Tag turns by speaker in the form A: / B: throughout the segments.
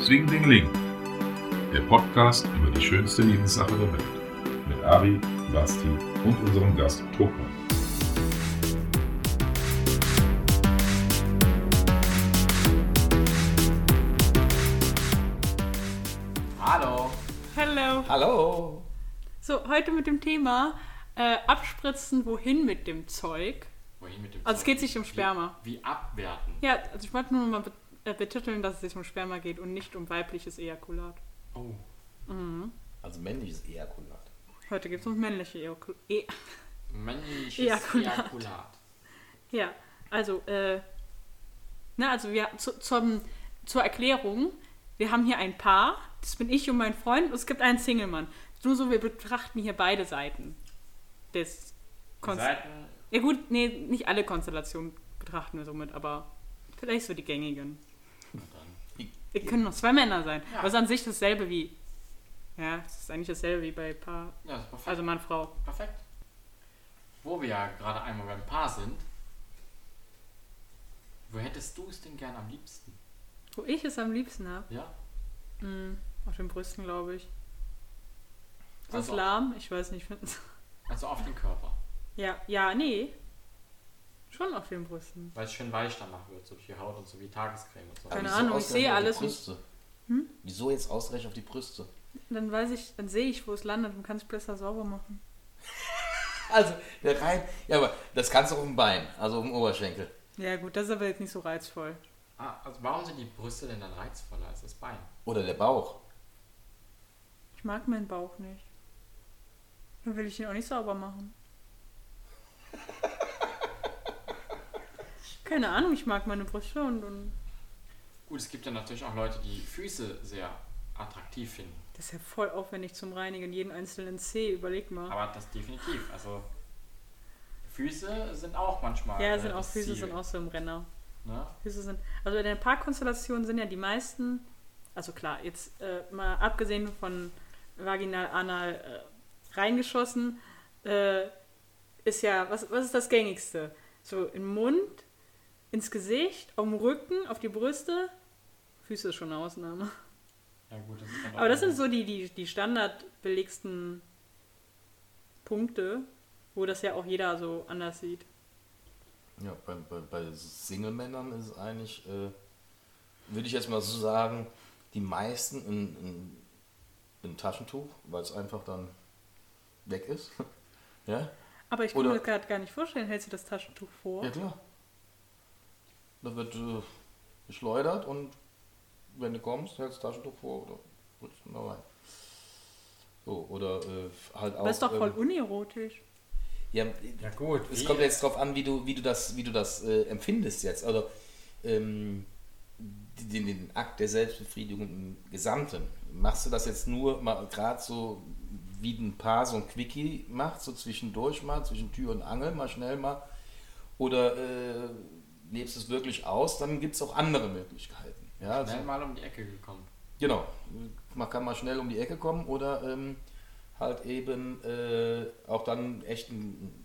A: Swingdingling, der Podcast über die schönste Lebenssache der Welt. Mit Ari, Basti und unserem Gast Tokmann.
B: Hallo.
C: Hello.
B: Hallo.
C: So, heute mit dem Thema äh, Abspritzen, wohin mit dem Zeug?
B: Wohin mit dem
C: Also es
B: Zeug?
C: geht sich um Sperma.
B: Wie, wie abwerten.
C: Ja, also ich wollte nur mal be äh, betiteln, dass es sich um Sperma geht und nicht um weibliches Ejakulat.
B: Oh.
D: Also männliches Ejakulat.
C: Heute geht es um männliche Ejakulat. E
B: Männliches
C: Ejakulat.
B: Ejakulat.
C: ja, also, äh, na, also wir zu, zum, zur Erklärung, wir haben hier ein Paar, das bin ich und mein Freund, und es gibt einen Single-Mann. Nur so, wir betrachten hier beide Seiten des Konst-
B: Seiten.
C: Ja gut, nee, nicht alle Konstellationen betrachten wir somit, aber vielleicht so die gängigen. Wir können noch zwei Männer sein.
B: Ja.
C: Was an sich dasselbe wie. Ja, es ist eigentlich dasselbe wie bei Paar.
B: Ja, ist perfekt.
C: Also Mann, Frau.
B: perfekt. Wo wir ja gerade einmal beim Paar sind. Wo hättest du es denn gern am liebsten?
C: Wo ich es am liebsten habe.
B: Ja?
C: Auf den Brüsten, glaube ich. Ist das
B: Also-
C: lahm? Ich weiß nicht.
B: Also auf den Körper.
C: ja, ja, nee. Schon auf den Brüsten.
B: Weil es schön weich danach wird, so durch die Haut und so wie Tagescreme und so.
C: Keine
D: Aber wieso
C: Ahnung, ich
D: ausgerechnet
C: sehe
D: auf die
C: alles, Hm? wie-
D: Brüste? Wieso jetzt ausreichend auf die Brüste?
C: Dann weiß ich, dann sehe ich, wo es landet und kann es besser sauber machen.
D: Also, der rein. Ja, aber das kannst du auch im Bein, also im Oberschenkel.
C: Ja gut, das ist aber jetzt nicht so reizvoll.
B: Ah, also warum sind die Brüste denn dann reizvoller als das Bein?
D: Oder der Bauch.
C: Ich mag meinen Bauch nicht. Dann will ich ihn auch nicht sauber machen. Keine Ahnung, ich mag meine Brüste und, und
B: Gut, es gibt ja natürlich auch Leute, die Füße sehr attraktiv finden.
C: das ist ja voll aufwendig zum Reinigen, jeden einzelnen Zeh, überleg mal.
B: Aber das definitiv. Also Füße sind auch manchmal.
C: Ja,
B: äh,
C: sind auch
B: das
C: Füße
B: Ziel,
C: sind auch so im Renner.
B: Ne?
C: Füße sind, also in den Paarkonstellationen sind ja die meisten, also klar, jetzt äh, mal abgesehen von vaginal, anal äh, reingeschossen, äh, ist ja, was, was ist das gängigste? So im Mund, ins Gesicht, auf dem Rücken, auf die Brüste. Füße ist schon eine Ausnahme.
B: Ja, gut, das ist dann
C: Aber das
B: auch-
C: sind so die, die, die standardbelegsten Punkte, wo das ja auch jeder so anders sieht.
D: Ja, bei, bei, bei Single-Männern ist es eigentlich, äh, würde ich jetzt mal so sagen, die meisten in, in, in Taschentuch, weil es einfach dann weg ist. ja?
C: Aber ich kann
D: Oder-
C: mir das gerade gar nicht vorstellen. Hältst du das Taschentuch vor?
D: Ja, klar. Da wird äh, geschleudert und wenn du kommst, hältst du Taschentuch vor oder rutschst da rein. So, oder äh, halt auch.
C: Aber ist doch voll
D: ähm,
C: unerotisch.
D: ja,
B: Ja, gut.
D: es
B: wie-
D: kommt jetzt drauf an, wie du, wie du das, wie du das äh, empfindest jetzt. Also ähm, den, den Akt der Selbstbefriedigung im Gesamten. Machst du das jetzt nur mal gerade so wie ein Paar so ein Quickie macht, so zwischendurch mal, zwischen Tür und Angel, mal schnell mal, oder äh, lebst es wirklich aus, dann gibt es auch andere Möglichkeiten. Ja, also,
B: Schnell mal um die Ecke gekommen.
D: Genau. Man kann mal schnell um die Ecke kommen oder ähm, halt eben äh, auch dann echt ein,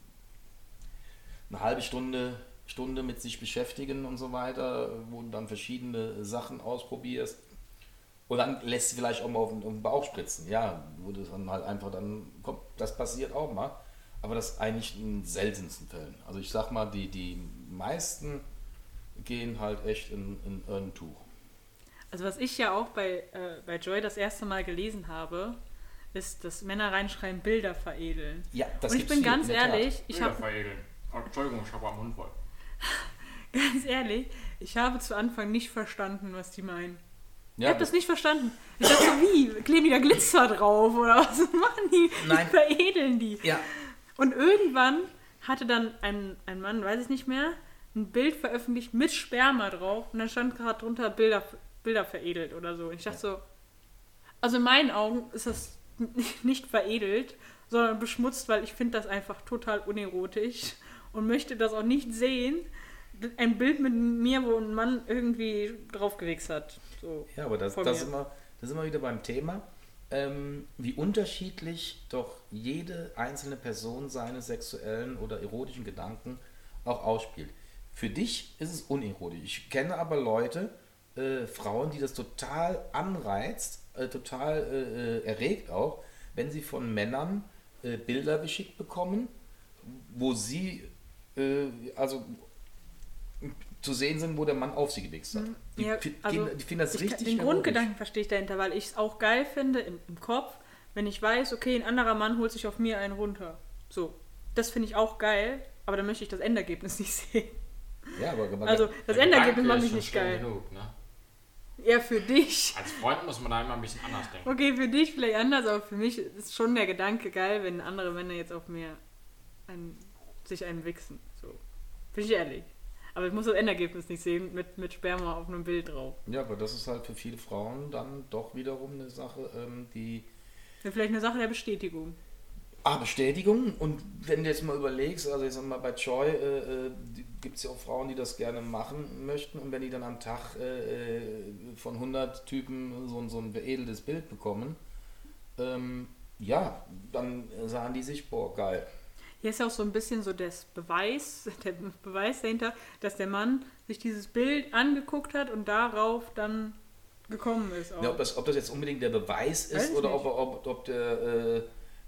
D: eine halbe Stunde, Stunde mit sich beschäftigen und so weiter, wo du dann verschiedene Sachen ausprobierst. Und dann lässt du vielleicht auch mal auf den, auf den Bauch spritzen. Ja, wo das dann halt einfach dann kommt. Das passiert auch mal. Aber das eigentlich in seltensten Fällen. Also ich sag mal, die, die meisten gehen halt echt in, in, ein Tuch.
C: Also was ich ja auch bei, äh, bei Joy das erste Mal gelesen habe, ist, dass Männer reinschreiben, Bilder veredeln.
D: Ja, das
C: Und ich
D: gibt's
C: bin
D: viel,
C: ganz
D: in der Tat.
C: ehrlich, ich
B: Bilder
C: habe
B: veredeln. Oh, Entschuldigung, ich habe am Mund voll.
C: ganz ehrlich, ich habe zu Anfang nicht verstanden, was die meinen.
D: Ja,
C: ich habe das nicht verstanden. Ich dachte so, wie? Kleben die da Glitzer drauf oder was machen die?
D: Nein.
C: Die veredeln die.
D: Ja,
C: Und irgendwann hatte dann ein, ein Mann, weiß ich nicht mehr, ein Bild veröffentlicht mit Sperma drauf und dann stand gerade drunter Bilder, Bilder veredelt oder so. Und ich dachte so, also in meinen Augen ist das nicht veredelt, sondern beschmutzt, weil ich finde das einfach total unerotisch und möchte das auch nicht sehen. Ein Bild mit mir, wo ein Mann irgendwie draufgewichst hat. So.
D: ja aber das,
C: Von
D: das,
C: mir.
D: sind wir, das sind wir wieder beim Thema, ähm, wie unterschiedlich doch jede einzelne Person seine sexuellen oder erotischen Gedanken auch ausspielt. Für dich ist es unerotisch. Ich kenne aber Leute, äh, Frauen, die das total anreizt, äh, total äh, äh, erregt auch, wenn sie von Männern äh, Bilder geschickt bekommen, wo sie, äh, also zu sehen sind, wo der Mann auf sie gewichst hat. Die,
C: Ja,
D: fi-
C: also,
D: gehen- die finden das
C: ich,
D: richtig
C: Den
D: erotisch.
C: Grundgedanken verstehe ich dahinter, weil ich es auch geil finde im, im Kopf, wenn ich weiß, okay, ein anderer Mann holt sich auf mir einen runter. So. Das finde ich auch geil, aber dann möchte ich das Endergebnis nicht sehen.
D: Ja, aber, aber
C: Also, das Endergebnis macht mich nicht geil.
B: Genug, ne?
C: Ja, für dich.
B: Als Freund muss man da immer ein bisschen anders denken.
C: Okay, für dich vielleicht anders, aber für mich ist schon der Gedanke geil, wenn andere Männer jetzt auf mir einen, sich einen wichsen. So. Bin ich ehrlich. Aber ich muss das Endergebnis nicht sehen mit, mit Sperma auf einem Bild drauf.
D: ja, aber das ist halt für viele Frauen dann doch wiederum eine Sache, ähm, die
C: Wäre vielleicht eine Sache der Bestätigung.
D: Ah, Bestätigung. Und wenn du jetzt mal überlegst, also ich sag mal, bei Joy äh, gibt es ja auch Frauen, die das gerne machen möchten. Und wenn die dann am Tag äh, äh, von 100 Typen so, ein- so ein beedeltes Bild bekommen, ähm, ja, dann sahen die sich, boah, geil.
C: Hier ist ja auch so ein bisschen so das Beweis, der Beweis dahinter, dass der Mann sich dieses Bild angeguckt hat und darauf dann gekommen ist. Auch.
D: Ja, ob, das, ob das jetzt unbedingt der Beweis
C: Weiß
D: ist
C: ich
D: oder ob,
C: nicht.
D: ob, ob der. Äh,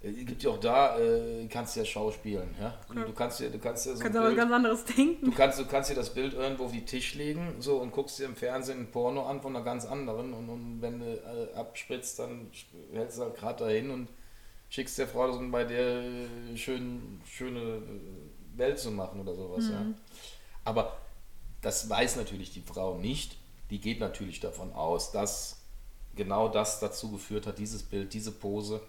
D: äh, gibt ja auch da, äh, kannst du ja schauspielen. Ja? Du,
C: Klar.
D: du kannst ja, du kannst ja so. ein
C: Kannst aber
D: Bild-
C: ganz anderes
D: Du
C: denken.
D: kannst, du kannst dir das Bild irgendwo auf den Tisch legen so, und guckst dir im Fernsehen ein Porno an von einer ganz anderen und, und wenn du äh, abspritzt, dann sch- hältst du halt gerade dahin und schickst der Frau das um bei der äh, schön, schöne äh, Welt zu machen oder sowas. Ja.
C: Mhm.
D: Aber das weiß natürlich die Frau nicht. Die geht natürlich davon aus, dass genau das dazu geführt hat, dieses Bild, diese Pose.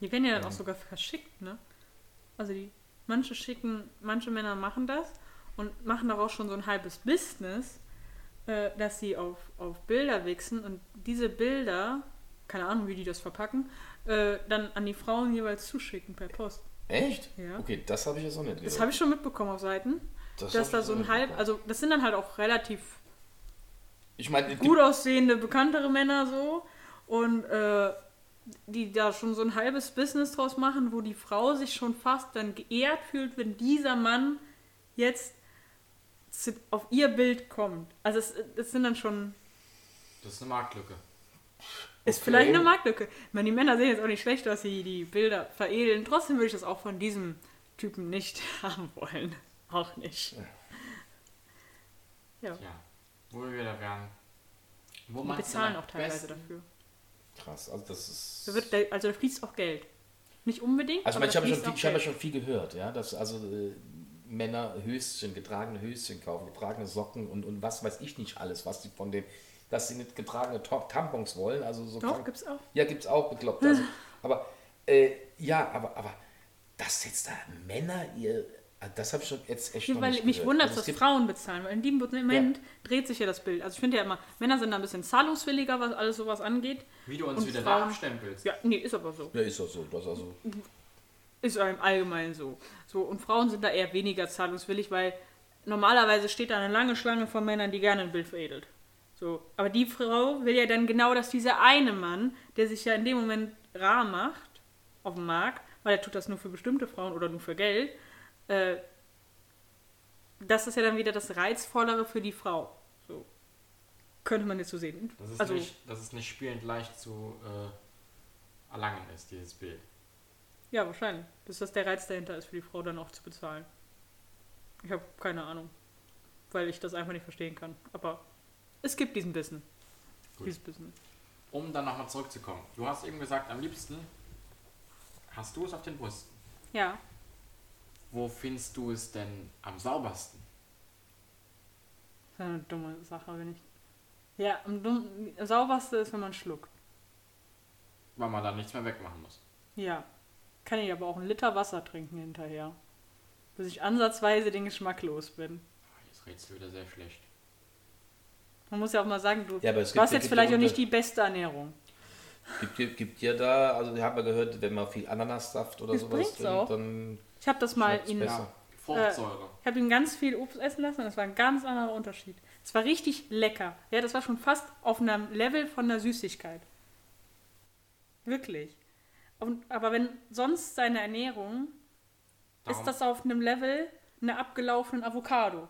C: Die werden ja dann auch sogar verschickt, ne? Also die, manche schicken, manche Männer machen das und machen daraus schon so ein halbes Business, äh, dass sie auf, auf Bilder wichsen und diese Bilder, keine Ahnung, wie die das verpacken, äh, dann an die Frauen jeweils zuschicken per Post.
D: Echt?
C: Ja.
D: Okay, das habe ich jetzt noch nicht
C: Das
D: gehört.
C: habe ich schon mitbekommen auf Seiten.
D: Das hab
C: dass
D: ich
C: da
D: jetzt
C: so
D: noch
C: ein
D: nicht
C: halb,
D: mitbekommen.
C: also das sind dann halt auch relativ
D: ich meine,
C: gut aussehende, bekanntere Männer so und äh, die da schon so ein halbes Business draus machen, wo die Frau sich schon fast dann geehrt fühlt, wenn dieser Mann jetzt zu, auf ihr Bild kommt. Also es, es sind dann schon,
B: Das ist eine Marktlücke.
C: ist
D: Okay.
C: vielleicht eine Marktlücke. Ich meine, die Männer sehen jetzt auch nicht schlecht, dass sie die Bilder veredeln. Trotzdem würde ich das auch von diesem Typen nicht haben wollen. Auch nicht. Ja.
B: Ja. Wo wir wieder wären. Wo
C: Die
B: man's
C: bezahlen
B: denn am
C: auch teilweise
B: besten-
C: dafür.
D: krass, also das ist.
C: Da wird, da- also da fließt auch Geld. Nicht unbedingt.
D: Also ich meine, ich
C: aber
D: habe
C: da
D: ja schon,
C: fließt
D: viel-
C: auch
D: ich habe ja
C: Geld.
D: schon viel gehört, ja, dass also äh, Männer Höschen, getragene Höschen kaufen, getragene Socken und, und was weiß ich nicht alles, was die von dem, dass sie nicht getragene Top Tampons wollen, also so
C: Doch,
D: krank-
C: gibt's auch. Hm.
D: Ja, gibt's auch, bekloppt. Also, aber äh, ja, aber aber dass jetzt da Männer ihr ah, das habe ich schon jetzt echt
C: Ja,
D: noch
C: weil
D: nicht
C: mich
D: gehört.
C: wundert,
D: also, es
C: dass
D: gibt-
C: Frauen bezahlen, weil in dem Moment dreht sich ja das Bild. Also ich finde ja immer, Männer sind da ein bisschen zahlungswilliger, was alles sowas angeht.
B: Wie du uns
C: Und
B: wieder
C: Frauen-
B: da abstempelst.
C: Ja, nee, ist aber so.
D: Ja, ist das so, das also
C: Ist ja im Allgemeinen so. so. Und Frauen sind da eher weniger zahlungswillig, weil normalerweise steht da eine lange Schlange von Männern, die gerne ein Bild veredelt. So. Aber die Frau will ja dann genau, dass dieser eine Mann, der sich ja in dem Moment rar macht, auf dem Markt, weil er tut das nur für bestimmte Frauen oder nur für Geld, äh, das ist ja dann wieder das Reizvollere für die Frau. So. Könnte man jetzt so sehen.
B: Das ist
C: Also,
B: nicht, dass es nicht spielend leicht zu äh, erlangen ist, dieses Bild.
C: ja, wahrscheinlich. Dass das der Reiz dahinter ist, für die Frau dann auch zu bezahlen. Ich habe keine Ahnung. Weil ich das einfach nicht verstehen kann. Aber es gibt diesen Bissen.
B: Gut.
C: Dieses Bissen.
B: Um dann nochmal zurückzukommen. Du hast eben gesagt, am liebsten hast du es auf den Brüsten.
C: Ja.
B: Wo findest du es denn am saubersten?
C: Das ist eine dumme Sache, wenn ich. Ja, am dumm- am sauberste ist, wenn man schluckt.
B: Weil man da nichts mehr wegmachen muss.
C: Ja. Kann ich aber auch einen Liter Wasser trinken hinterher. Bis ich ansatzweise den Geschmack los bin.
B: Ah, Jetzt redest du wieder sehr schlecht.
C: Man muss ja auch mal sagen, du,
D: Ja, aber es
C: du hast
D: gibt-
C: jetzt
D: gibt ja
C: vielleicht auch nicht
D: unter-
C: die beste Ernährung.
D: gibt, gibt, gibt ja da, also ich habe ja gehört, wenn man viel Ananassaft oder
C: Das
D: sowas
C: bringt's auch.
D: dann
C: Ich habe das mal
D: schmeckt's
C: in,
D: besser.
B: Ja. Fruchtsäure.
C: Ich habe ihm ganz viel Obst essen lassen und das war ein ganz anderer Unterschied. Es war richtig lecker. Ja, das war schon fast auf einem Level von der Süßigkeit. Wirklich. Und, aber wenn sonst seine Ernährung
B: Darum-
C: ist das auf einem Level einer abgelaufenen Avocado.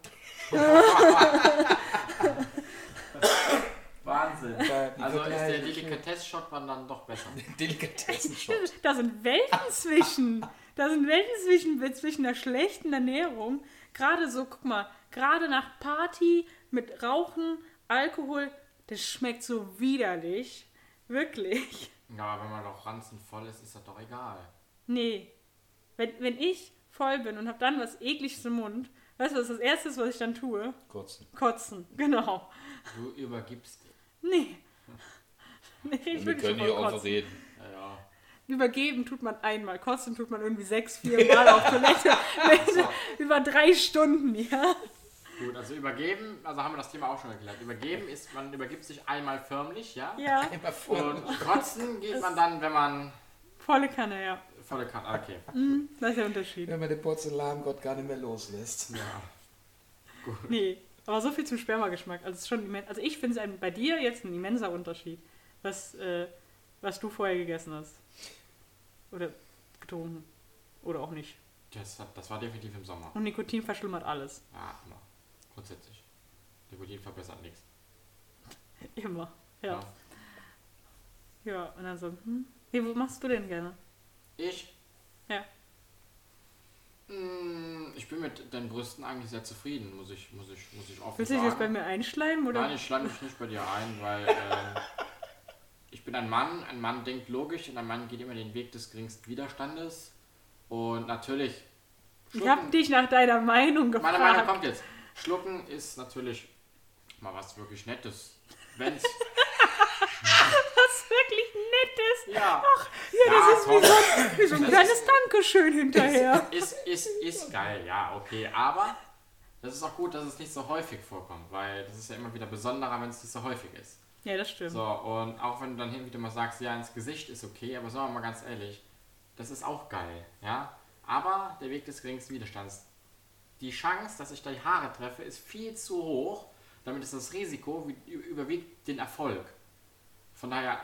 B: Wahnsinn. Also ist der Delikatess-Shotman dann doch besser.
D: Delikatessen-Shot.
C: Da sind Welten zwischen. Da sind Welten zwischen, zwischen der schlechten Ernährung. Gerade so, guck mal, gerade nach Party mit Rauchen, Alkohol, das schmeckt so widerlich. Wirklich.
B: Ja, aber wenn man doch ranzenvoll ist, ist das doch egal.
C: Nee. Wenn, wenn ich voll bin und habe dann was ekliges im Mund, weißt du, was das Erste ist, was ich dann tue?
D: Kurzen.
C: Kotzen. Genau.
B: Du übergibst. dich.
C: Nee. Nee, ich
D: Wir
C: will
D: können
C: nicht
D: hier
C: schon mal
D: auch so
C: kotzen.
D: reden.
B: Ja, ja.
C: Übergeben tut man einmal, kotzen tut man irgendwie sechs, vier Mal auf Toilette. Über drei Stunden, ja.
B: Gut, also übergeben, also haben wir das Thema auch schon geklärt. Übergeben ist, man übergibt sich einmal förmlich, ja?
C: Ja,
D: Immer vor.
B: Und kotzen geht man dann, wenn man
C: volle Kanne, ja. Mhm,
B: volle Kanne. ah, Okay.
C: Das ist der Unterschied.
D: Wenn man den Porzellangott gar nicht mehr loslässt.
B: Ja.
C: Nee, aber so viel zum Spermageschmack. Also, es ist schon immen- also ich finde es ein- bei dir jetzt ein immenser Unterschied, was, äh, was du vorher gegessen hast. Oder getrunken. Oder auch nicht.
B: Das, hat, das war definitiv im Sommer.
C: Und Nikotin verschlimmert alles.
B: Ja, immer. Ah, genau. Grundsätzlich. Nikotin verbessert nichts.
C: Immer. Ja. Ja, und ansonsten. Hm? Nee, wo machst du denn gerne?
B: Ich?
C: Ja.
B: Mm, Ich bin mit den Brüsten eigentlich sehr zufrieden, muss ich, muss ich, muss ich offen
C: Willst du
B: sagen.
C: dich jetzt bei mir einschleimen? Oder?
B: Nein, ich schlage mich nicht bei dir ein, weil ähm, ich bin ein Mann. Ein Mann denkt logisch und ein Mann geht immer den Weg des geringsten Widerstandes. Und natürlich.
C: Ich habe dich nach deiner Meinung gefragt.
B: Meine Meinung kommt jetzt. Schlucken ist natürlich mal was wirklich Nettes. Wenn's.
C: Was wirklich Nettes. Ja,
B: ja.
C: das
B: Ja,
C: ist wie
B: komm.
C: so, wie so ein
B: Das
C: kleines Dankeschön hinterher.
B: Ist, ist, ist geil, ja, okay. Aber das ist auch gut, dass es nicht so häufig vorkommt, weil das ist ja immer wieder besonderer, wenn es nicht so häufig ist.
C: Ja, das stimmt.
B: So, und auch wenn du dann hin und wieder mal sagst, ja, ins Gesicht ist okay, aber sagen wir mal ganz ehrlich, das ist auch geil, ja. Aber der Weg des geringsten Widerstands. Die Chance, dass ich da die Haare treffe, ist viel zu hoch. Damit ist das Risiko wie- ü- überwiegt den Erfolg. Von daher,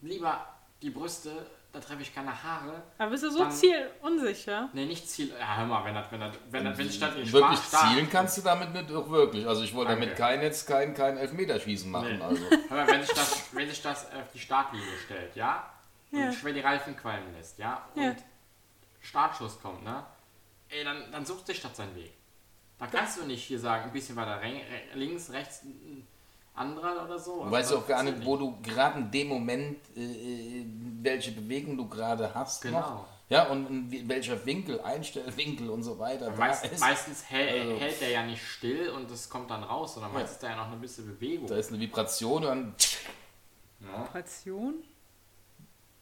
B: lieber die Brüste, da treffe ich keine Haare.
C: Aber bist du so
B: Dann-
C: zielunsicher?
B: Ne, nicht Ziel. Ja, hör mal, wenn das, wenn das, wenn das, wenn ich statt
D: Wirklich zielen kannst du damit nicht auch wirklich. Also ich wollte
B: Danke.
D: damit kein jetzt kein, kein Elfmeterschießen machen.
B: Nee.
D: Also.
B: Hör mal, wenn sich das, wenn sich das auf die Startlinie stellt, ja? Und
C: Ja.
B: schwer die Reifen qualmen lässt, ja? Und
C: Ja.
B: Startschuss kommt, ne? Ey, dann, dann sucht sich das seinen Weg. Da kannst du nicht hier sagen, ein bisschen weiter re re links, rechts, ein anderer oder so.
D: Du
B: Also
D: weißt ja
B: das
D: auch gar
B: ist
D: nicht, wo du gerade in dem Moment, äh, äh, welche Bewegung du gerade hast.
B: Genau.
D: Noch. Ja, und, und wie- welcher Winkel, Einstellwinkel und so weiter. da
B: Meist,
D: ist.
B: meistens hält,
D: Also-
B: hält der ja nicht still und es kommt dann raus, sondern meistens ist da ja noch ein bisschen Bewegung.
D: Da ist eine Vibration und dann.
B: ne?
C: Operation?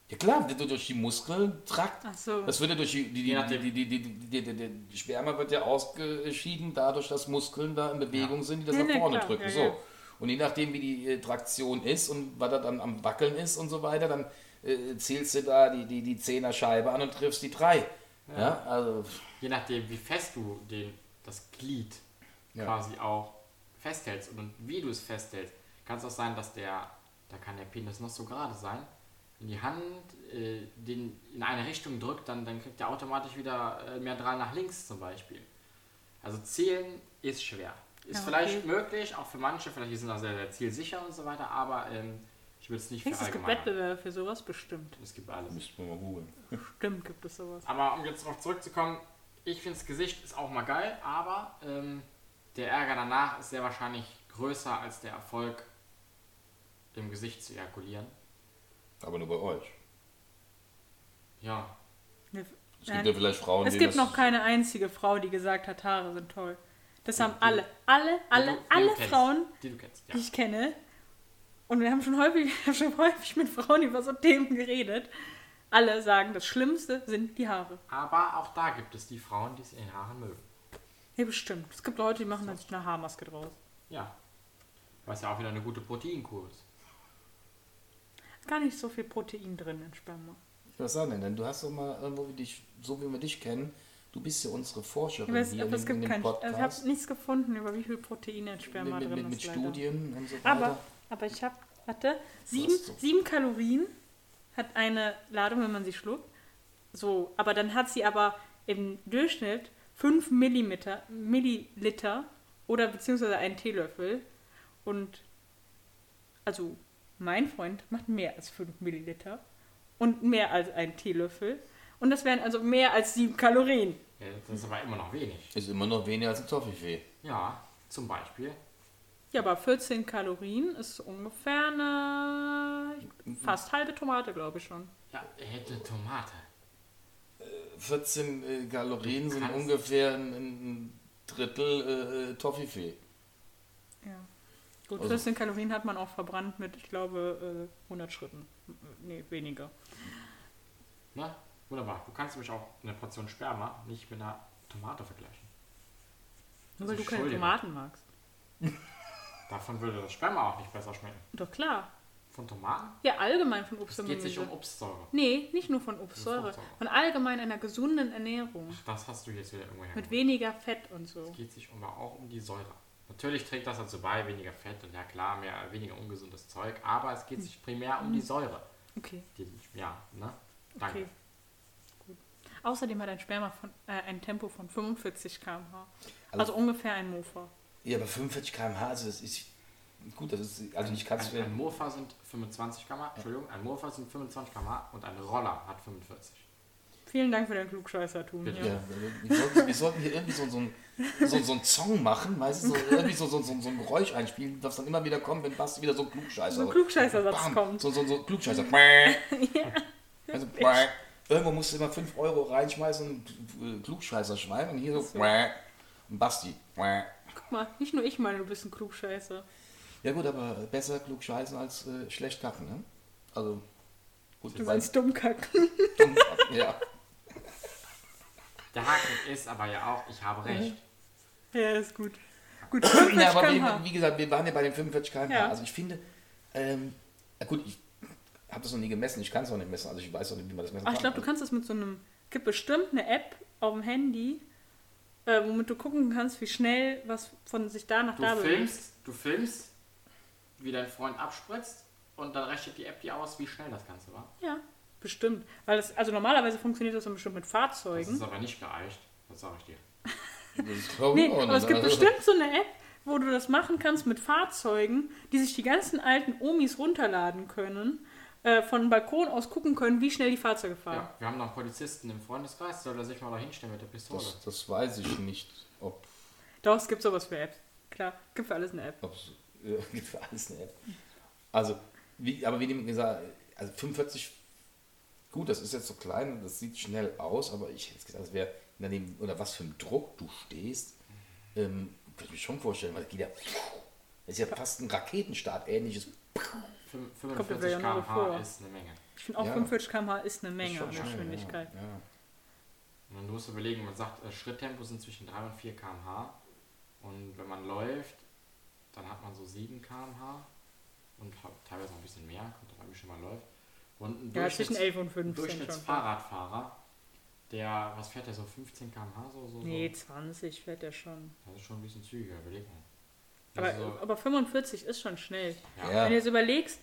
D: Ja klar, wird durch die Muskeltrakt.
C: Ach so.
D: Das wird ja durch die, die,
B: Je
D: die,
B: nachdem.
D: die, die, die, die, die, die, die Sperma wird ja ausgeschieden, dadurch, dass Muskeln da in Bewegung sind, die das
C: Ja,
D: nach
C: ja,
D: vorne
C: klar.
D: drücken.
C: Ja,
D: so.
C: ja.
D: Und je nachdem, wie die äh, Traktion ist und was da dann am Wackeln ist und so weiter, dann äh, zielst du da die, die, die Zehner-Scheibe an und triffst die drei. Ja, also
B: Je nachdem, wie fest du den, das Glied
D: Ja.
B: quasi auch festhältst und wie du es festhältst, kann es auch sein, dass der, da kann der Penis noch so gerade sein, in die Hand äh, den in eine Richtung drückt, dann, dann kriegt er automatisch wieder äh, mehr Drall nach links zum Beispiel. Also zielen ist schwer. Ist
C: Ja,
B: vielleicht
C: okay.
B: möglich, auch für manche, vielleicht die sind auch sehr, sehr zielsicher und so weiter, aber ähm, ich würde es nicht
C: Denkst du, es gibt
B: verallgemeinern.
C: Wettbewerbe für sowas? Bestimmt.
B: Es gibt alles.
D: müssen wir mal googeln.
C: Bestimmt gibt es sowas.
B: Aber um jetzt darauf zurückzukommen, ich finde das Gesicht ist auch mal geil, aber ähm, der Ärger danach ist sehr wahrscheinlich größer als der Erfolg, im Gesicht zu ejakulieren.
D: Aber nur bei euch.
B: Ja,
C: Ne,
D: Es
C: nein.
D: gibt ja vielleicht Frauen,
C: Es
D: denen
C: gibt
D: das-
C: noch keine einzige Frau, die gesagt hat, Haare sind toll. Das haben alle, alle, alle,
B: die du- die
C: alle
B: du kennst.
C: Frauen,
B: Die du kennst, ja.
C: die ich kenne. Und wir haben schon häufig, wir haben schon häufig mit Frauen über so Themen geredet. Alle sagen, das Schlimmste sind die Haare.
B: Aber auch da gibt es die Frauen, die es in den Haaren mögen.
C: Ja, bestimmt. Es gibt Leute, die machen dann eine Haarmaske draus.
B: Ja. Was ja auch wieder eine gute Proteinkur ist.
C: Ist gar nicht so viel Protein drin in Sperma.
D: Was sagen denn? Denn du hast doch mal irgendwo wie dich, so wie wir dich kennen, du bist ja unsere Forscherin
C: Ich weiß,
D: hier
C: aber
D: in,
C: es
D: in
C: gibt
D: dem
C: kein, also ich
D: Podcast.
C: habe nichts gefunden über wie viel Protein in Sperma
D: mit,
C: drin
D: mit, mit
C: ist. leider.
D: Studien und so weiter.
C: Aber, aber ich habe, warte, sieben,
D: hast so-
C: sieben Kalorien hat eine Ladung, wenn man sie schluckt. So, aber dann hat sie aber im Durchschnitt 5 Millimeter, Milliliter oder beziehungsweise einen Teelöffel. Und also mein Freund macht mehr als 5 Milliliter und mehr als einen Teelöffel. Und das wären also mehr als 7 Kalorien.
B: Ja, das ist aber immer noch wenig.
D: Ist immer noch weniger als ein Toffifee.
B: Ja, zum Beispiel.
C: Ja, aber 14 Kalorien ist ungefähr eine fast halbe Tomate, glaube ich schon.
B: Ja, er hätte Tomate.
D: 14 äh, Kalorien sind
B: Kannst-
D: ungefähr ein, ein Drittel äh, Toffifee.
C: Ja. Gut,
D: Also-
C: 14 Kalorien hat man auch verbrannt mit, ich glaube, äh, 100 Schritten. M- Nee, weniger.
B: Ne? Wunderbar. Du kannst nämlich auch eine Portion Sperma nicht mit einer Tomate vergleichen.
C: Nur weil
B: Also
C: du keine
B: Entschuldigung.
C: Tomaten magst.
B: Davon würde das Sperma auch nicht besser schmecken.
C: Doch klar.
B: Von Tomaten?
C: Ja, allgemein von Obst
B: Es
C: und
B: geht sich
C: Gemüse.
B: um Obstsäure.
C: nee, nicht nur von Obstsäure.
B: Fruchtsäure.
C: Von allgemein einer gesunden Ernährung.
B: Das hast du jetzt wieder irgendwo
C: Mit
B: hergeholt.
C: weniger Fett und so.
B: Es geht sich aber auch um die Säure. Natürlich trägt das dazu bei, weniger Fett und ja klar, mehr weniger ungesundes Zeug, aber es
C: Hm.
B: geht sich primär um die Säure.
C: Okay,
B: Die, ja, ne? Danke.
C: okay. Gut. Außerdem hat ein Sperma von, äh, ein Tempo von 45 km/h. Also,
D: Also-
C: ungefähr ein Mofa.
D: Ja, aber 45 km/h, also das ist. Gut, das ist. Also ich kann es
B: Ein, ein
D: mir.
B: Mofa sind 25 km, Entschuldigung, ein Mofa sind 25 km und ein Roller hat 45.
C: Vielen Dank für dein Klugscheißertum.
B: Bitte.
C: hier.
D: Ja, wir sollten, wir sollten hier irgendwie so, so, ein, so, so einen Song machen, weißt du, so, irgendwie so, so, so, so ein Geräusch einspielen, das dann immer wieder kommt, wenn Basti wieder so ein Klugscheißer.
C: So ein Klugscheißersatz
D: Bam,
C: kommt.
D: So, so, so ein Klugscheißer. Also, irgendwo musst du immer 5 Euro reinschmeißen und äh, Klugscheißer schreiben und hier so. Und Basti.
C: Guck mal, nicht nur ich meine, du bist ein Klugscheißer.
D: Ja gut, aber besser klugscheißen als äh, schlecht kacken, ne? Also gut,
C: Du
D: weil
C: sollst dumm kacken.
D: dumm kacken, ja.
B: Der Haken ist aber ja auch, ich
C: Äh,
B: habe recht.
C: ja, ist gut. Gut,
D: ja
C: 45
D: aber wie,
C: km/h.
D: wie gesagt, wir waren ja bei den 45 km/h.
C: Ja.
D: Also ich finde, ähm, ja gut, ich habe das noch nie gemessen, ich kann es noch nicht messen, also ich weiß noch nicht, wie man das messen
C: Ach,
D: kann.
C: ich glaube, du kannst das mit so einem. gibt bestimmt eine App auf dem Handy, äh, womit du gucken kannst, wie schnell was von sich da nach
B: Du
C: da bewegt.
B: filmst, du filmst, wie dein Freund abspritzt und dann rechnet die App dir aus, wie schnell das Ganze war.
C: Ja, bestimmt. Weil das, also normalerweise funktioniert das dann bestimmt mit
B: Das ist
C: Fahrzeugen.
B: aber nicht geeicht, das sage ich dir.
D: Also, Das glaub ich
C: Nee,
D: auch
C: aber
D: nicht.
C: es gibt
D: Also,
C: bestimmt so eine App, wo du das machen kannst mit Fahrzeugen, die sich die ganzen alten Omis runterladen können, äh, von dem Balkon aus gucken können, wie schnell die Fahrzeuge fahren.
B: Ja, wir haben noch einen Polizisten im Freundeskreis, soll er sich mal da hinstellen mit der Pistole?
D: Das, das weiß ich nicht, ob
C: Doch, es gibt sowas für Apps. Klar, gibt für alles eine App.
D: Ob's, äh, gibt für alles eine App. Also, wie, aber wie dem gesagt, also 45, gut, das ist jetzt so klein und das sieht schnell aus, aber ich hätte gesagt, das wäre, unter dem- unter was für einem Druck du stehst, ähm, kann ich mir schon vorstellen, weil das geht ja, das ist ja fast ein Raketenstart ähnliches.
B: Fün-
C: Kommt mir ja
B: 45
C: nur so vor.
B: km/h ist eine Menge.
C: Ich finde auch
D: Ja.
C: 45 km/h ist eine
D: Ist
C: Menge
D: schon
C: an
D: schnell,
C: Geschwindigkeit.
D: Ja, ja.
B: Und dann musst du überlegen, man sagt, äh, Schritttempo sind zwischen 3 und 4 km/h. Und wenn man läuft, dann hat man so 7 km/h. Und ha- teilweise noch ein bisschen mehr, kommt drauf an, wie schnell man läuft. Und ein
C: Ja,
B: Durchschnitts
C: zwischen 11 und
B: ein
C: 15 schon.
B: Durchschnittsfahrradfahrer, der, was fährt der so, 15 km/h? So, so,
C: Nee,
B: so?
C: 20 fährt er schon.
B: Das ist schon ein bisschen zügiger, überleg mal.
C: Aber,
B: Also so-
C: aber 45 ist schon schnell.
B: Ja.
D: Ja.
C: Wenn du jetzt überlegst,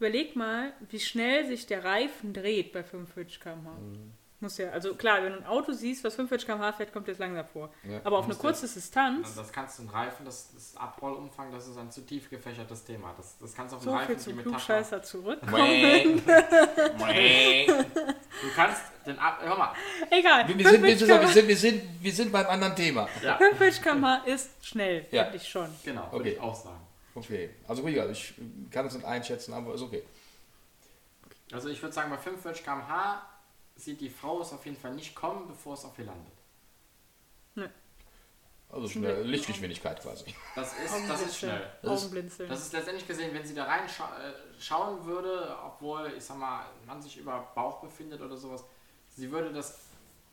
C: überleg mal, wie schnell sich der Reifen dreht bei 45 km/h.
B: Mhm.
C: Muss ja, also klar, wenn du ein Auto siehst, was 45 km/h fährt, kommt dir das langsam vor.
D: Ja,
C: aber auf eine
B: musst du-
C: kurze Distanz,
B: Also das kannst du einen Reifen, das, das Abrollumfang, das ist ein zu tief gefächertes Thema. Das, das kannst du auf den
C: so
B: Reifen
C: viel
B: die
C: zum
B: Metapher
C: Klugscheißer zurück.
B: Du kannst den ab. Hör mal.
C: Egal,
D: Wir, wir, sind, wir, sind,
C: 45
D: wir,
C: km/h
D: sind, wir, sind, wir sind beim anderen Thema.
B: Ja,
C: 45 km/h ist schnell,
D: Ja.
C: finde ich schon.
B: genau, würde
D: Okay.
B: ich auch sagen.
D: Okay, also ruhiger, ich kann es nicht einschätzen, aber ist okay.
B: Also ich würde sagen, bei 45 km/h sieht die Frau es auf jeden Fall nicht kommen, bevor es auf ihr landet.
D: Also schnell, Lichtgeschwindigkeit quasi.
B: Das ist, das ist schnell.
D: Das ist-
C: Augenblinzeln.
B: Das ist letztendlich gesehen, wenn sie da rein scha- äh, schauen würde, obwohl, ich sag mal, man sich über Bauch befindet oder sowas, sie würde das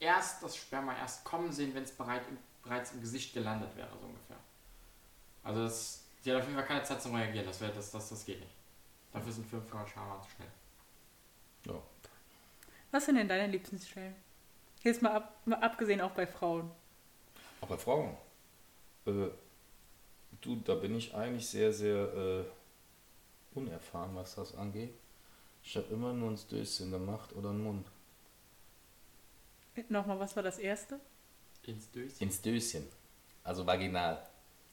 B: erst, das Sperma erst kommen sehen, wenn es bereit, bereits im Gesicht gelandet wäre, so ungefähr. Also das, sie hat auf jeden Fall keine Zeit zum Reagieren, das, wär, das, das, das geht nicht. Dafür sind 500 Sperma zu schnell.
D: Ja.
C: Was sind denn deine liebsten Stellen? Jetzt mal, ab, mal abgesehen auch bei Frauen.
D: Auch bei Frauen. Äh, du, da bin ich eigentlich sehr, sehr äh, unerfahren, was das angeht. Ich habe immer nur ein Stößchen gemacht oder einen Mund.
C: Nochmal, was war das erste?
B: Ins Döschen.
D: Ein Stößchen. Also vaginal.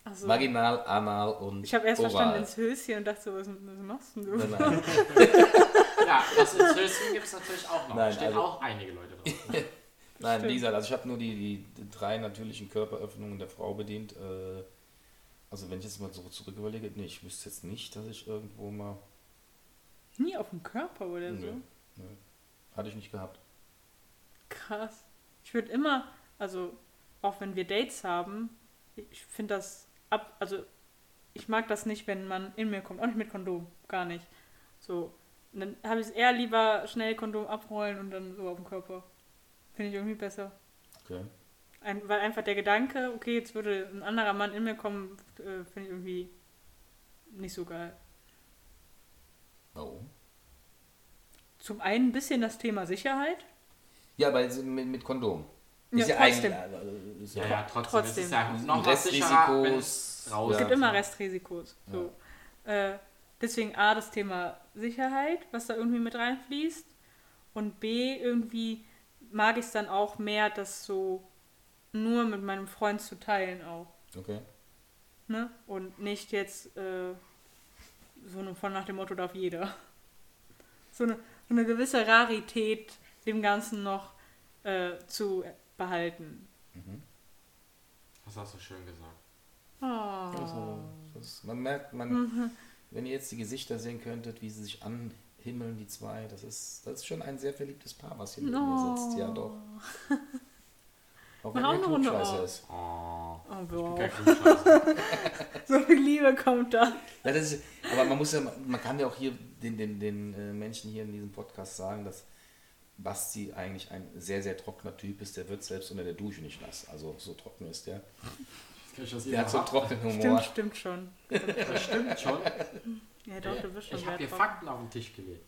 C: Also,
D: Vaginal, anal und
C: ich habe erst
D: oral.
C: verstanden ins Höschen und dachte so, was, was machst denn du?
D: Nein, nein.
B: Ja, das in Söschen gibt es natürlich auch noch. Da
D: Nein,
B: stehen
D: also-
B: auch einige Leute drauf.
D: Nein, wie
C: Stimmt.
D: gesagt, also ich habe nur die, die, die drei natürlichen Körperöffnungen der Frau bedient. Äh, also wenn ich jetzt mal so zurück überlege, nee, ich wüsste jetzt nicht, dass ich irgendwo mal...
C: Nie auf dem Körper oder so.
D: Nö, nö. Hatte ich nicht gehabt.
C: Krass. Ich würde immer, also auch wenn wir Dates haben, ich finde das ab, also ich mag das nicht, wenn man in mir kommt, auch nicht mit Kondom, gar nicht. So, und dann habe ich es eher lieber schnell Kondom abrollen und dann so auf dem Körper. Finde ich irgendwie besser.
D: Okay.
C: Ein, weil einfach der Gedanke, okay, jetzt würde ein anderer Mann in mir kommen, äh, finde ich irgendwie nicht so geil.
D: Warum?
C: Zum einen ein bisschen das Thema Sicherheit.
D: Ja, weil sie mit, mit Kondom.
C: Ja, trotzdem.
D: eigentlich- also, ist
B: Ja, ja, trotzdem. Es
C: Trotzdem.
B: ist ja noch was sicherer, wenn es
D: Restrisikos.
B: raus
C: Es
D: Ja.
C: gibt immer Restrisikos. So. Äh, deswegen A, das Thema Sicherheit, was da irgendwie mit reinfließt. Und B, irgendwie mag ich es dann auch mehr, das so nur mit meinem Freund zu teilen auch.
D: Okay.
C: Ne? Und nicht jetzt äh, so eine von nach dem Motto darf jeder. So eine, so eine gewisse Rarität dem Ganzen noch äh, zu behalten.
B: Das hast du schön gesagt.
C: Ah.
D: Also, das, man merkt, man,
C: Mhm.
D: wenn ihr jetzt die Gesichter sehen könntet, wie sie sich anhimmeln, die zwei, das ist, das ist schon ein sehr verliebtes Paar, was hier neben mir sitzt. Ja, doch. Auch wenn
C: Mach auch
D: ihr
C: eine Runde
D: Klugscheißer
C: auf.
D: ist.
B: Oh,
C: Oh,
B: kein
C: wow.
B: Klugscheißer.
C: So viel Liebe kommt da.
D: Ja, das ist, aber man muss ja, man kann ja auch hier den, den, den äh, Menschen hier in diesem Podcast sagen, dass Basti eigentlich ein sehr, sehr trockener Typ ist. Der wird selbst unter der Dusche nicht nass. Also so trocken ist der.
B: Jetzt kann ich das
D: Der hat so einen
B: jeder
D: trockenen
C: Stimmt,
D: Humor.
C: stimmt schon.
B: Stimmt schon.
C: Ja, doch, du bist schon
B: Ich habe
C: wert
B: dir
C: drauf.
B: Fakten auf den Tisch gelegt.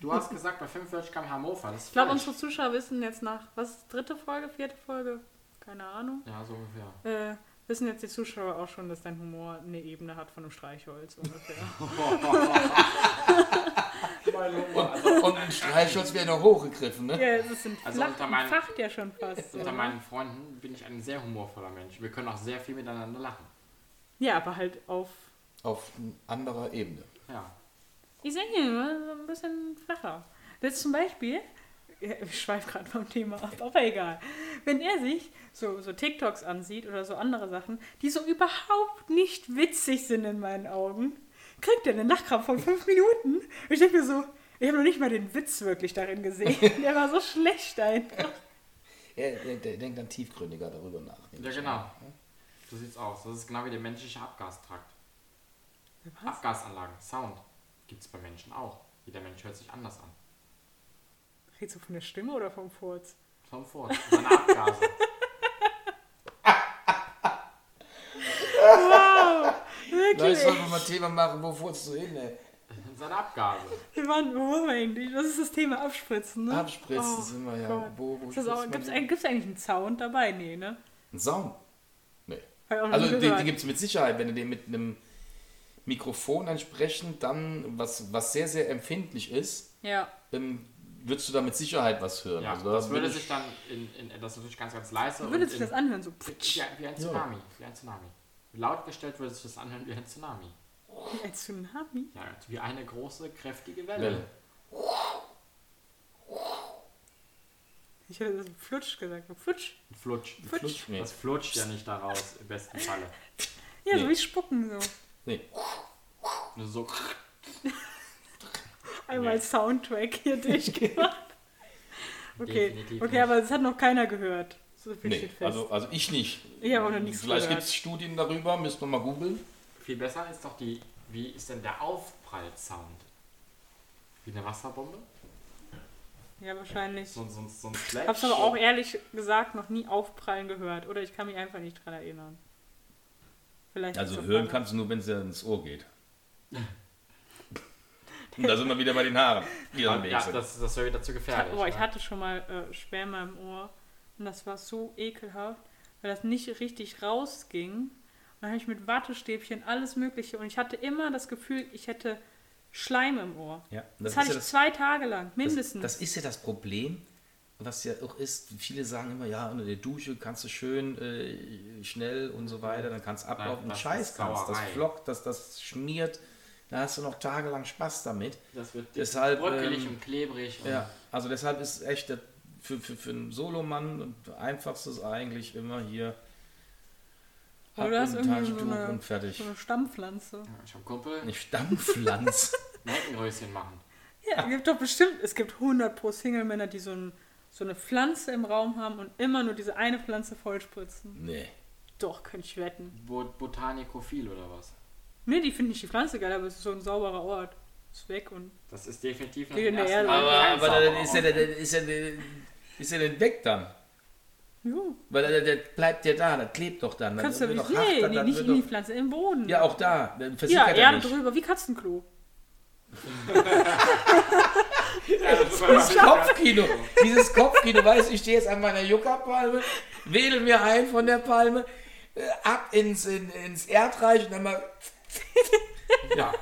B: Du hast gesagt, bei 45 km/h Mofa. Das ist
C: Ich glaube,
B: falsch.
C: unsere Zuschauer wissen jetzt nach, was ist dritte Folge, vierte Folge? Keine Ahnung.
B: Ja, so ungefähr.
C: Äh, wissen jetzt die Zuschauer auch schon, dass dein Humor eine Ebene hat von einem Streichholz ungefähr.
D: Und ein Streichholz wäre noch hochgegriffen, ne?
C: ja, das sind
B: Also
C: flach,
B: unter meinen-
C: facht ja schon fast. So.
B: Unter meinen Freunden bin ich ein sehr humorvoller Mensch. Wir können auch sehr viel miteinander lachen.
C: Ja, aber halt auf.
D: Auf anderer Ebene.
B: Ja.
C: Ich sage immer ein bisschen flacher. Das ist zum Beispiel, ja, ich schweife gerade vom Thema ab, aber egal. Wenn er sich so, so TikToks ansieht oder so andere Sachen, die so überhaupt nicht witzig sind in meinen Augen, kriegt er einen Lachkrampf von fünf Minuten. Und ich denke mir so, ich habe noch nicht mal den Witz wirklich darin gesehen. Der war so schlecht einfach.
D: Er, er, der denkt dann tiefgründiger darüber nach.
B: Ja, genau.
D: ne?
B: So sieht's aus. Das ist genau wie der menschliche Abgastrakt. Abgasanlagen, Sound gibt's bei Menschen auch. Jeder Mensch hört sich anders an.
C: Redst du von der Stimme oder vom Furz?
B: Tom Ford, seine Abgase.
D: Vielleicht
C: Wirklich?
D: sollten wir mal ein Thema machen, wo fuhrst du hin, ey?
B: seine Abgase.
C: Wir waren, wo waren wir eigentlich? Das ist das Thema Abspritzen, ne?
D: Abspritzen sind wir ja.
C: Gott.
D: Wo- wo
C: ist das auch,
D: spritzt man
C: gibt's,
D: denn?
C: eigentlich- gibt's eigentlich einen Zaun dabei? Nee, ne?
D: Ein Saum? Nee.
C: Hab ich auch noch nie
D: Also den,
C: gehört.
D: den gibt es mit Sicherheit, wenn du den mit einem Mikrofon entsprechend dann, was, was sehr, sehr empfindlich ist,
C: Ja.
D: ähm, würdest du da mit Sicherheit was hören.
B: Ja,
D: Also da
B: das würde
D: bin ich-
B: sich dann in, in das ist natürlich ganz, ganz leise.
C: Würde
B: und
C: sich
B: in,
C: das anhören, so pfitsch,
B: wie, ein- wie ein Tsunami. Wie ein Tsunami. Laut gestellt würde sich das anhören wie ein Tsunami.
C: wie ein Tsunami?
B: Ja, wie eine große, kräftige
D: Welle.
B: Welle.
C: Ich hätte das flutsch gesagt. so Flutsch,
B: Ein Flutsch.
C: flutsch.
D: Nee.
B: Das flutscht ja nicht da raus, im besten Falle.
C: Ja, so
D: Nee.
C: wie Spucken so.
D: Nee.
B: Nur so.
C: Einmal
B: Nee.
C: Soundtrack hier durchgemacht. Okay,
B: Definitiv
C: okay
B: nicht.
C: aber das hat noch keiner gehört. So viel
D: Nee,
C: steht fest.
D: also, also ich nicht.
C: Ich hab auch noch nichts
D: Vielleicht
C: gehört.
D: gibt es Studien darüber, müssen wir mal googeln.
B: Viel besser ist doch die, wie ist denn der Aufprall-Sound? Wie eine Wasserbombe?
C: ja, wahrscheinlich.
B: So, so, so ein
C: Ich
B: Flash.
C: hab's aber auch ehrlich gesagt noch nie aufprallen gehört. Oder ich kann mich einfach nicht dran erinnern. Vielleicht ist
D: Also
C: das
D: hören
C: anders.
D: kannst du nur, wenn es dir ins Ohr geht. Und da sind wir wieder bei den Haaren, die am Weg
B: Ja,
D: sind.
B: das, das wäre wieder zu gefährlich.
C: Boah, ich
B: ne?
C: hatte schon mal äh, Sperma im Ohr und das war so ekelhaft, weil das nicht richtig rausging. Und dann habe ich mit Wattestäbchen alles Mögliche und ich hatte immer das Gefühl, ich hätte Schleim im Ohr.
D: Ja, das
C: das
D: ist
C: hatte
D: ja
C: ich
D: das-
C: zwei Tage lang, mindestens.
D: Das, das ist ja das Problem, was ja auch ist, viele sagen immer, ja, unter der Dusche kannst du schön äh, schnell und so weiter, dann kannst du ablaufen.
B: das
D: Scheiß
B: ist
D: kannst, das
B: Sauerei.
D: flockt, das, das schmiert, da hast du noch tagelang Spaß damit.
B: Das wird dick,
D: Deshalb,
B: bröckelig
D: ähm,
B: und klebrig. Und
D: Ja, also deshalb ist echt der- für, für, für einen Solomann das einfachste ist eigentlich immer hier
C: Aber du hast irgendwie so eine-
D: und fertig.
C: So eine Stammpflanze.
B: Ich hab Kumpel,
D: Eine Stammpflanze.
B: ein Heckenröschen machen.
C: Ja, es gibt doch bestimmt, es gibt 100 pro Single-Männer, die so, ein, so eine Pflanze im Raum haben und immer nur diese eine Pflanze vollspritzen.
D: nee.
C: Doch, könnte ich wetten.
B: Bo- Botanikophil oder was?
C: Nee, die finden nicht die Pflanze geil, aber es ist so ein sauberer Ort. Ist weg und
B: Das ist definitiv nach
C: Geht in
B: dem
C: der Erde.
B: ersten Mal
D: Aber,
B: kein
D: aber dann
B: sauberer
D: ist ja,
B: Ort.
D: dann ist, ja, ist ja dann weg dann.
C: jo.
D: Weil der, der bleibt ja da, das klebt doch dann. Dann
C: Kannst du
D: wird
C: nicht,
D: doch hart,
C: nee,
D: dann-
C: nee
D: dann
C: nicht
D: wird
C: in die
D: doch-
C: Pflanze, im Boden.
D: Ja, auch da. Dann
C: ja
D: versickert er
C: Erde
D: nicht.
C: drüber, wie Katzenklo.
B: Ja, das ist aber-
D: Das Kopfkino. Dieses Kopfkino, weißt du, ich stehe jetzt an meiner Yucca-Palme, wedel mir ein von der Palme, äh, ab ins, in, ins Erdreich und dann mal. Ja.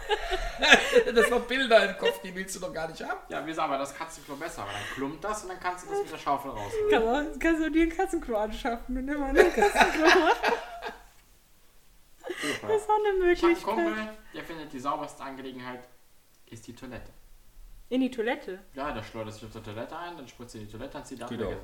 D: Das sind noch Bilder im Kopf, die willst du doch gar nicht haben.
B: Ja, wie sagen wir, das Katzenklo besser, weil dann klumpt das und dann kannst du das mit der Schaufel raus.
C: Kannst du, kannst du dir ein Katzenklo anschaffen und immer ein Katzenklo machen.
B: Super.
C: Das ist auch eine
B: Ich hab einen
C: Möglichkeit.
B: Kumpel, der findet, die sauberste Angelegenheit ist die Toilette.
C: In die Toilette.
B: Ja, der schleudert sich auf der Toilette ein, dann spritzt er in die Toilette und zieht ab.
D: Genau.
B: weg.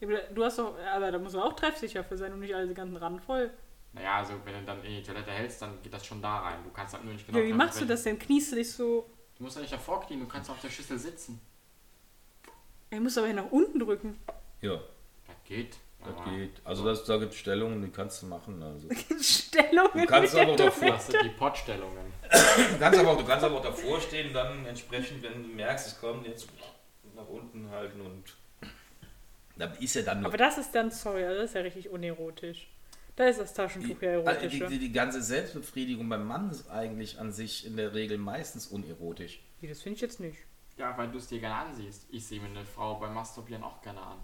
C: Ja, aber Du hast doch, aber da muss man auch treffsicher für sein und nicht alle den ganzen Rand voll.
B: Naja, also wenn du dann in die Toilette hältst, dann geht das schon da rein. Du kannst halt nur nicht genau.
C: ja, wie
B: treffen,
C: machst du
B: welche-
C: das denn? Kniest du dich so?
B: Du musst ja nicht davor knien, du kannst auf der Schüssel sitzen.
C: Er muss aber hier nach unten drücken.
D: Ja,
B: Das geht. aber
D: Also das, da gibt es Stellungen, die kannst du machen. Also.
C: Stellung
D: Du kannst aber doch vor-
B: Das sind die Pottstellungen.
D: Du, kannst aber auch, du kannst aber auch davor stehen und dann entsprechend, wenn du merkst, es kommt jetzt nach unten halten und. Da ist ja dann nur
C: Aber das ist dann, sorry, also das ist ja richtig unerotisch. Da ist das Taschentuch ja
D: Also die,
C: erotischer.
D: die, die ganze Selbstbefriedigung beim Mann ist eigentlich an sich in der Regel meistens unerotisch.
C: Nee, das finde ich jetzt nicht.
B: Ja, weil du es dir gerne ansiehst. Ich sehe mir eine Frau beim Masturbieren auch gerne an.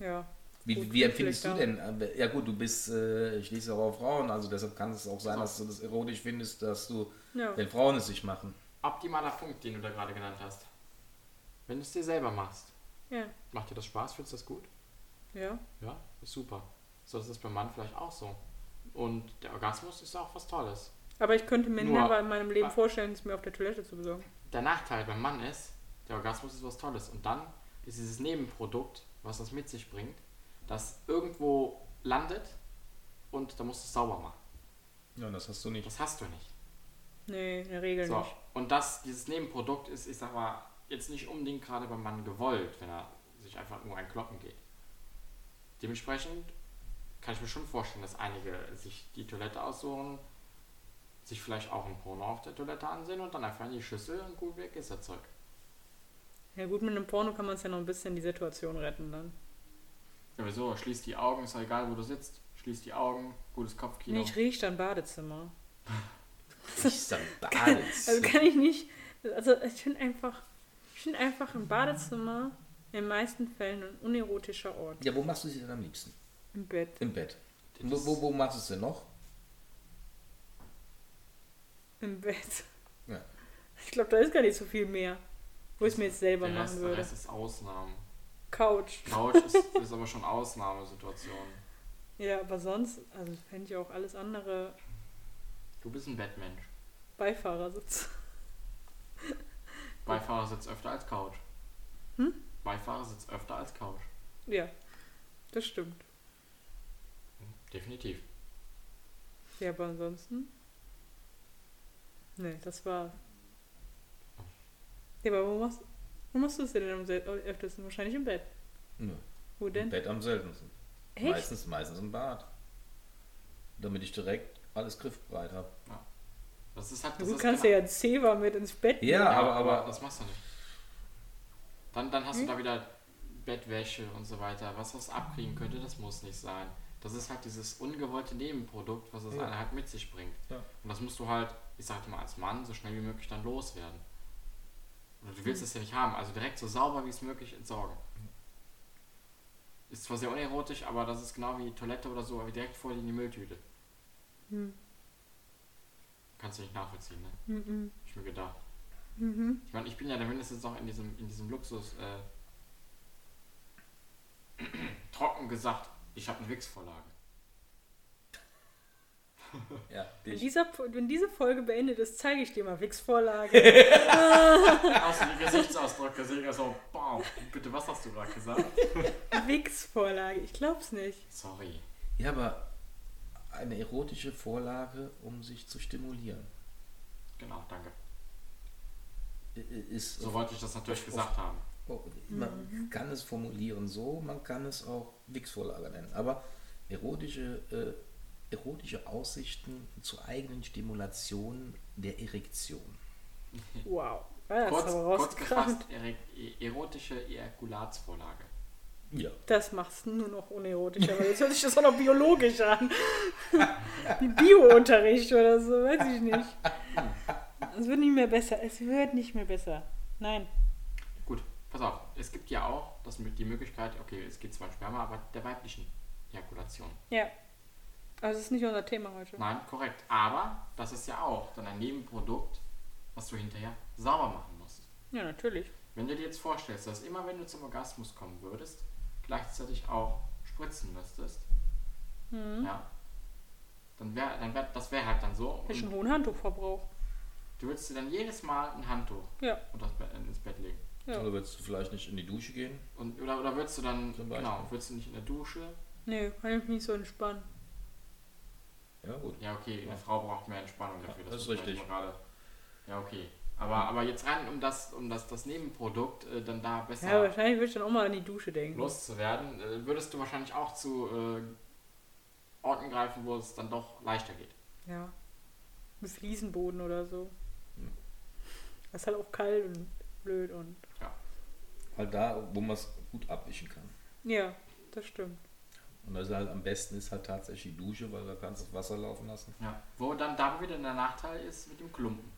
C: Ja.
D: Wie,
C: Gut,
D: wie
C: gut,
D: empfindest du
C: schlecht,
D: denn? äh, Ja gut, du bist, äh, schließlich auch auf Frauen, also deshalb kann es auch sein,
B: So.
D: dass du das erotisch findest, dass du,
C: Ja.
D: wenn Frauen es sich machen.
B: Optimaler Punkt, den du da gerade genannt hast. Wenn du es dir selber machst,
C: Ja.
B: macht dir das Spaß? Findest du das gut?
C: Ja.
B: Ja, ist super. So, das ist beim Mann vielleicht auch so. Und der Orgasmus ist auch was Tolles.
C: Aber ich könnte mir
B: Nur-
C: never in meinem Leben
B: Ah.
C: vorstellen, es mir auf der Toilette zu besorgen.
B: Der Nachteil beim Mann ist, der Orgasmus ist was Tolles. Und dann ist dieses Nebenprodukt, was das mit sich bringt, das irgendwo landet und da musst du es sauber machen.
D: Ja, das hast du nicht.
B: Das hast du nicht.
C: Nee, in der Regel
B: So,
C: nicht.
B: und das, dieses Nebenprodukt ist, ich sag mal, jetzt nicht unbedingt gerade beim Mann gewollt, wenn er sich einfach nur ein Kloppen geht. Dementsprechend kann ich mir schon vorstellen, dass einige sich die Toilette aussuchen, sich vielleicht auch ein Porno auf der Toilette ansehen und dann einfach in die Schüssel und gut weg ist das Zeug.
C: Ja gut, mit einem Porno kann man es ja noch ein bisschen die Situation retten dann.
B: Ja, wieso? Schließ die Augen, ist doch egal, wo du sitzt. Schließ die Augen, gutes Kopfkino.
C: Nee, ich rieche dann Badezimmer.
D: Ich sag Badezimmer.
C: Also kann ich nicht. Also ich finde einfach, ich finde einfach ein Badezimmer in den meisten Fällen ein unerotischer Ort.
D: Ja, wo machst du sie denn am liebsten?
C: Im Bett.
D: Im Bett.
B: Das
D: Wo, wo, wo machst du es denn noch?
C: Im Bett.
D: Ja.
C: Ich glaube, da ist gar nicht so viel mehr, wo ich es mir jetzt selber
B: der Rest,
C: machen
B: der
C: würde.
B: Rest ist Ausnahmen.
C: Couch.
B: Couch ist, ist aber schon Ausnahmesituation.
C: Ja, aber sonst, also fände ich auch alles andere
B: Du bist ein Bettmensch.
C: Beifahrersitz.
B: Beifahrer sitzt öfter als Couch.
C: Hm?
B: Beifahrer sitzt öfter als Couch.
C: Ja, das stimmt.
B: Definitiv.
C: Ja, aber ansonsten. Nee, das war. Ja, aber wo machst, wo machst du es denn am sel- öftesten? Wahrscheinlich im Bett.
D: Nö.
C: Wo
D: Im
C: denn?
D: Bett am seltensten.
C: Echt?
D: Meistens, meistens im Bad. Damit ich direkt alles griffbereit habe.
B: Das ist halt. Das
C: Du
B: ist
C: kannst ja
B: genau-
C: ja einen Zewa mit ins Bett nehmen.
D: Ja, aber, aber,
B: das machst du nicht. Dann, dann hast du da wieder Bettwäsche und so weiter. Was was abkriegen könnte, das muss nicht sein. Das ist halt dieses ungewollte Nebenprodukt, was das
D: Ja.
B: eine halt mit sich bringt.
D: Ja.
B: Und das musst du halt, ich sag dir mal, als Mann so schnell wie möglich dann loswerden. Oder du willst es ja nicht haben, also direkt so sauber wie es möglich entsorgen.
D: Hm.
B: Ist zwar sehr unerotisch, aber das ist genau wie Toilette oder so, aber direkt vor dir in die Mülltüte.
C: Hm.
B: Kannst du nicht nachvollziehen, ne?
C: Mhm.
B: Hab Ich mir gedacht.
C: Mhm.
B: Ich meine, ich bin ja da mindestens noch in diesem, in diesem Luxus, äh, trocken gesagt, ich habe eine Wix-Vorlage.
D: Ja,
C: Wenn,
D: dich.
C: dieser, wenn diese Folge beendet ist, zeige ich dir mal Wix-Vorlage.
B: Außer die Gesichtsausdrücke sehe ich erst so, also, boah, bitte, was hast du gerade gesagt?
C: Wix-Vorlage, ich glaub's nicht.
B: Sorry.
D: Ja, aber eine erotische Vorlage, um sich zu stimulieren.
B: Genau, danke.
D: I- i- Ist
B: So wollte ich das natürlich gesagt haben.
D: Oh, Man kann es formulieren so, man kann es auch Wix-Vorlage nennen. Aber erotische, äh, erotische Aussichten zur eigenen Stimulation der Erektion.
C: Wow. Ja, Das
B: Kurz,
C: ist aber
B: kurz
C: rausgekramt.
B: gefasst, erek- e- erotische Ejakulatsvorlage.
D: Ja.
C: Das macht's nur noch unerotisch, aber jetzt hört sich das auch noch biologisch an. Wie Biounterricht oder so, weiß ich nicht. Es wird nicht mehr besser, es wird nicht mehr besser. Nein.
B: Gut, pass auf. Es gibt ja auch das, die Möglichkeit, okay, es geht zwar um Sperma, aber der weiblichen Ejakulation.
C: Ja. Also es ist nicht unser Thema heute.
B: Nein, korrekt. Aber das ist ja auch dann ein Nebenprodukt, was du hinterher sauber machen musst.
C: Ja, natürlich.
B: Wenn du dir jetzt vorstellst, dass immer wenn du zum Orgasmus kommen würdest, gleichzeitig auch spritzen müsstest,
C: Hm.
B: ja, dann wäre dann wär, das wäre halt dann so.
C: Ist schon
B: Und
C: hohen Handtuchverbrauch.
B: du würdest dir dann jedes Mal ein Handtuch
C: Ja.
B: unter das Bett, ins Bett legen.
C: Ja.
D: Oder würdest Also du vielleicht nicht in die Dusche gehen?
B: Und, oder, oder würdest du dann,
D: Zum Beispiel.
B: genau, würdest du nicht in der Dusche?
C: Nee, kann ich mich nicht so entspannen.
D: Ja, gut.
B: Ja, okay, eine Frau braucht mehr Entspannung dafür.
D: Ja, das ist
B: muss man
D: richtig.
B: jetzt mal Gerade. Ja, okay. Aber, aber jetzt rein, um das, um das, das Nebenprodukt äh, dann da besser
C: Ja, wahrscheinlich würde ich dann auch mal an die Dusche denken.
B: loszuwerden, äh, würdest du wahrscheinlich auch zu äh, Orten greifen, wo es dann doch leichter geht.
C: Ja. Mit Fliesenboden oder so. Hm. Das ist halt auch kalt und blöd und.
D: Halt da, wo man es gut abwischen kann.
C: Ja, das stimmt.
D: Und das ist halt am besten ist halt tatsächlich die Dusche, weil da kannst du das Wasser laufen lassen.
B: Ja. Wo dann da wieder der Nachteil ist mit dem Klumpen.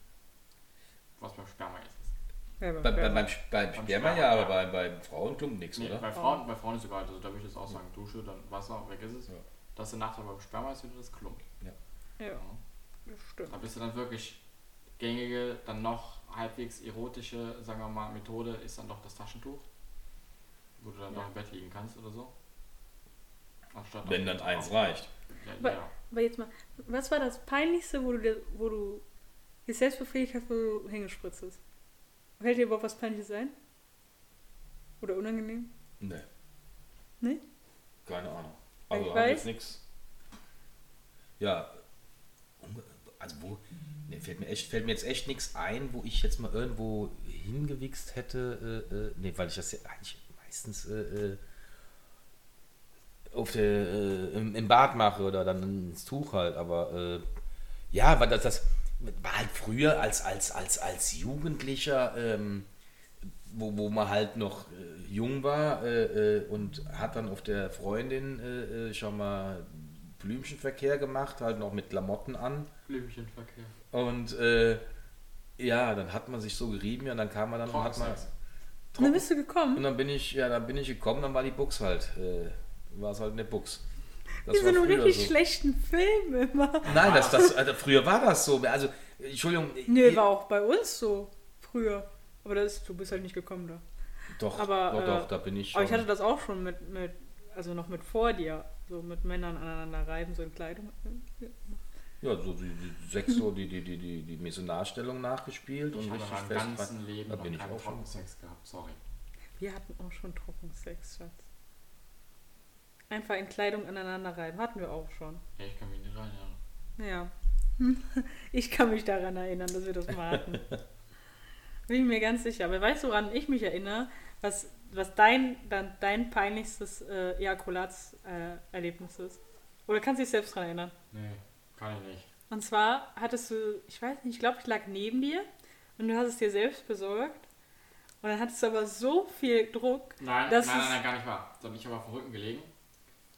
B: Was beim Sperma jetzt ist.
C: Ja,
D: Bei, bei, beim, Sch- beim
B: Beim
D: Sperma
B: Sperma,
D: ja, aber
B: ja.
D: bei, beim Frauenklumpen nichts,
B: Nee,
D: oder?
B: bei Frauen, bei Frauen ist egal, also da würde ich jetzt auch sagen, Dusche, dann Wasser, weg ist es.
D: Ja.
B: Das ist der Nachteil beim Sperma ist wieder das Klumpen.
C: ja,
B: Ja.
C: das stimmt.
B: Da bist du dann wirklich gängige, dann noch halbwegs erotische, sagen wir mal, Methode ist dann doch das Taschentuch. Wo du dann
C: Ja.
B: doch im Bett liegen kannst oder so. Anstatt
D: Wenn dann eins reicht.
B: Ja,
C: Weil-
B: ja.
C: Aber jetzt mal, was war das Peinlichste, wo du dir, wo du dir selbst befähigt hast, wo du hingespritzt hast? Fällt dir überhaupt was Peinliches ein? Oder unangenehm?
D: Nee.
C: Nee?
D: Keine Ahnung. Also
C: Ich
D: habe
C: weiß.
D: jetzt nichts. Ja. unge- Also wo. Nee, fällt, mir echt, fällt mir jetzt echt nichts ein, wo ich jetzt mal irgendwo hingewichst hätte. Äh, äh, nee, weil ich das ja eigentlich meistens äh, äh, auf der, äh, im, im Bad mache oder dann ins Tuch halt, aber äh, ja, weil das, das war halt früher als, als, als, als Jugendlicher, ähm, wo, wo man halt noch äh, jung war äh, äh, und hat dann auf der Freundin äh, äh, schon mal Blümchenverkehr gemacht, halt noch mit Klamotten an.
B: Blümchenverkehr.
D: Und äh, ja, dann hat man sich so gerieben, ja, und dann kam man dann und hat man.
B: Trockensex.
C: Und dann bist du gekommen.
D: Und dann bin ich, ja, dann bin ich gekommen, dann war die Buchs halt. Äh, war es halt eine Buchs. Das
C: Wir sind
D: war
C: einem
D: früher
C: richtig
D: so.
C: schlechten Film immer.
D: Nein, das, das, also früher war das so. Also, äh, Entschuldigung.
C: Nö,
D: ihr-
C: war auch bei uns so früher. Aber das ist, du bist halt nicht gekommen da.
D: Doch,
C: Aber,
D: doch,
C: äh,
D: doch, da bin ich.
C: Aber ich
D: schon-
C: hatte das auch schon mit, mit also noch mit vor dir, so mit Männern aneinander reiben, so in Kleidung.
D: Ja, so die, die sechs so die, die, die, die, die Missionarstellung nachgespielt
B: Ich
D: und
B: habe
D: richtig
B: mein
D: fest.
B: ganzen
D: dran.
B: Leben
D: da
B: noch
D: bin ich
B: keinen
D: auch schon.
B: Trockensex gehabt, sorry.
C: Wir hatten auch schon Trockensex, Schatz. Einfach in Kleidung aneinander reiben, hatten wir auch schon.
B: Ja, ich kann mich nicht dran erinnern.
C: Ja. Ich kann mich daran erinnern, dass wir das mal hatten. Bin ich mir ganz sicher. Aber weißt du, woran ich mich erinnere, was, was dein, dann dein peinlichstes äh, Ejakulatserlebnis äh, Erlebnis ist? Oder kannst du dich selbst daran erinnern?
B: Nee, kann ich nicht.
C: Und zwar hattest du, ich weiß nicht, ich glaube, ich lag neben dir und du hast es dir selbst besorgt. Und dann hattest du aber so viel Druck.
B: Nein,
C: Das
B: nein,
C: ist-
B: nein, nein, gar nicht wahr. Sondern ich habe auf dem Rücken gelegen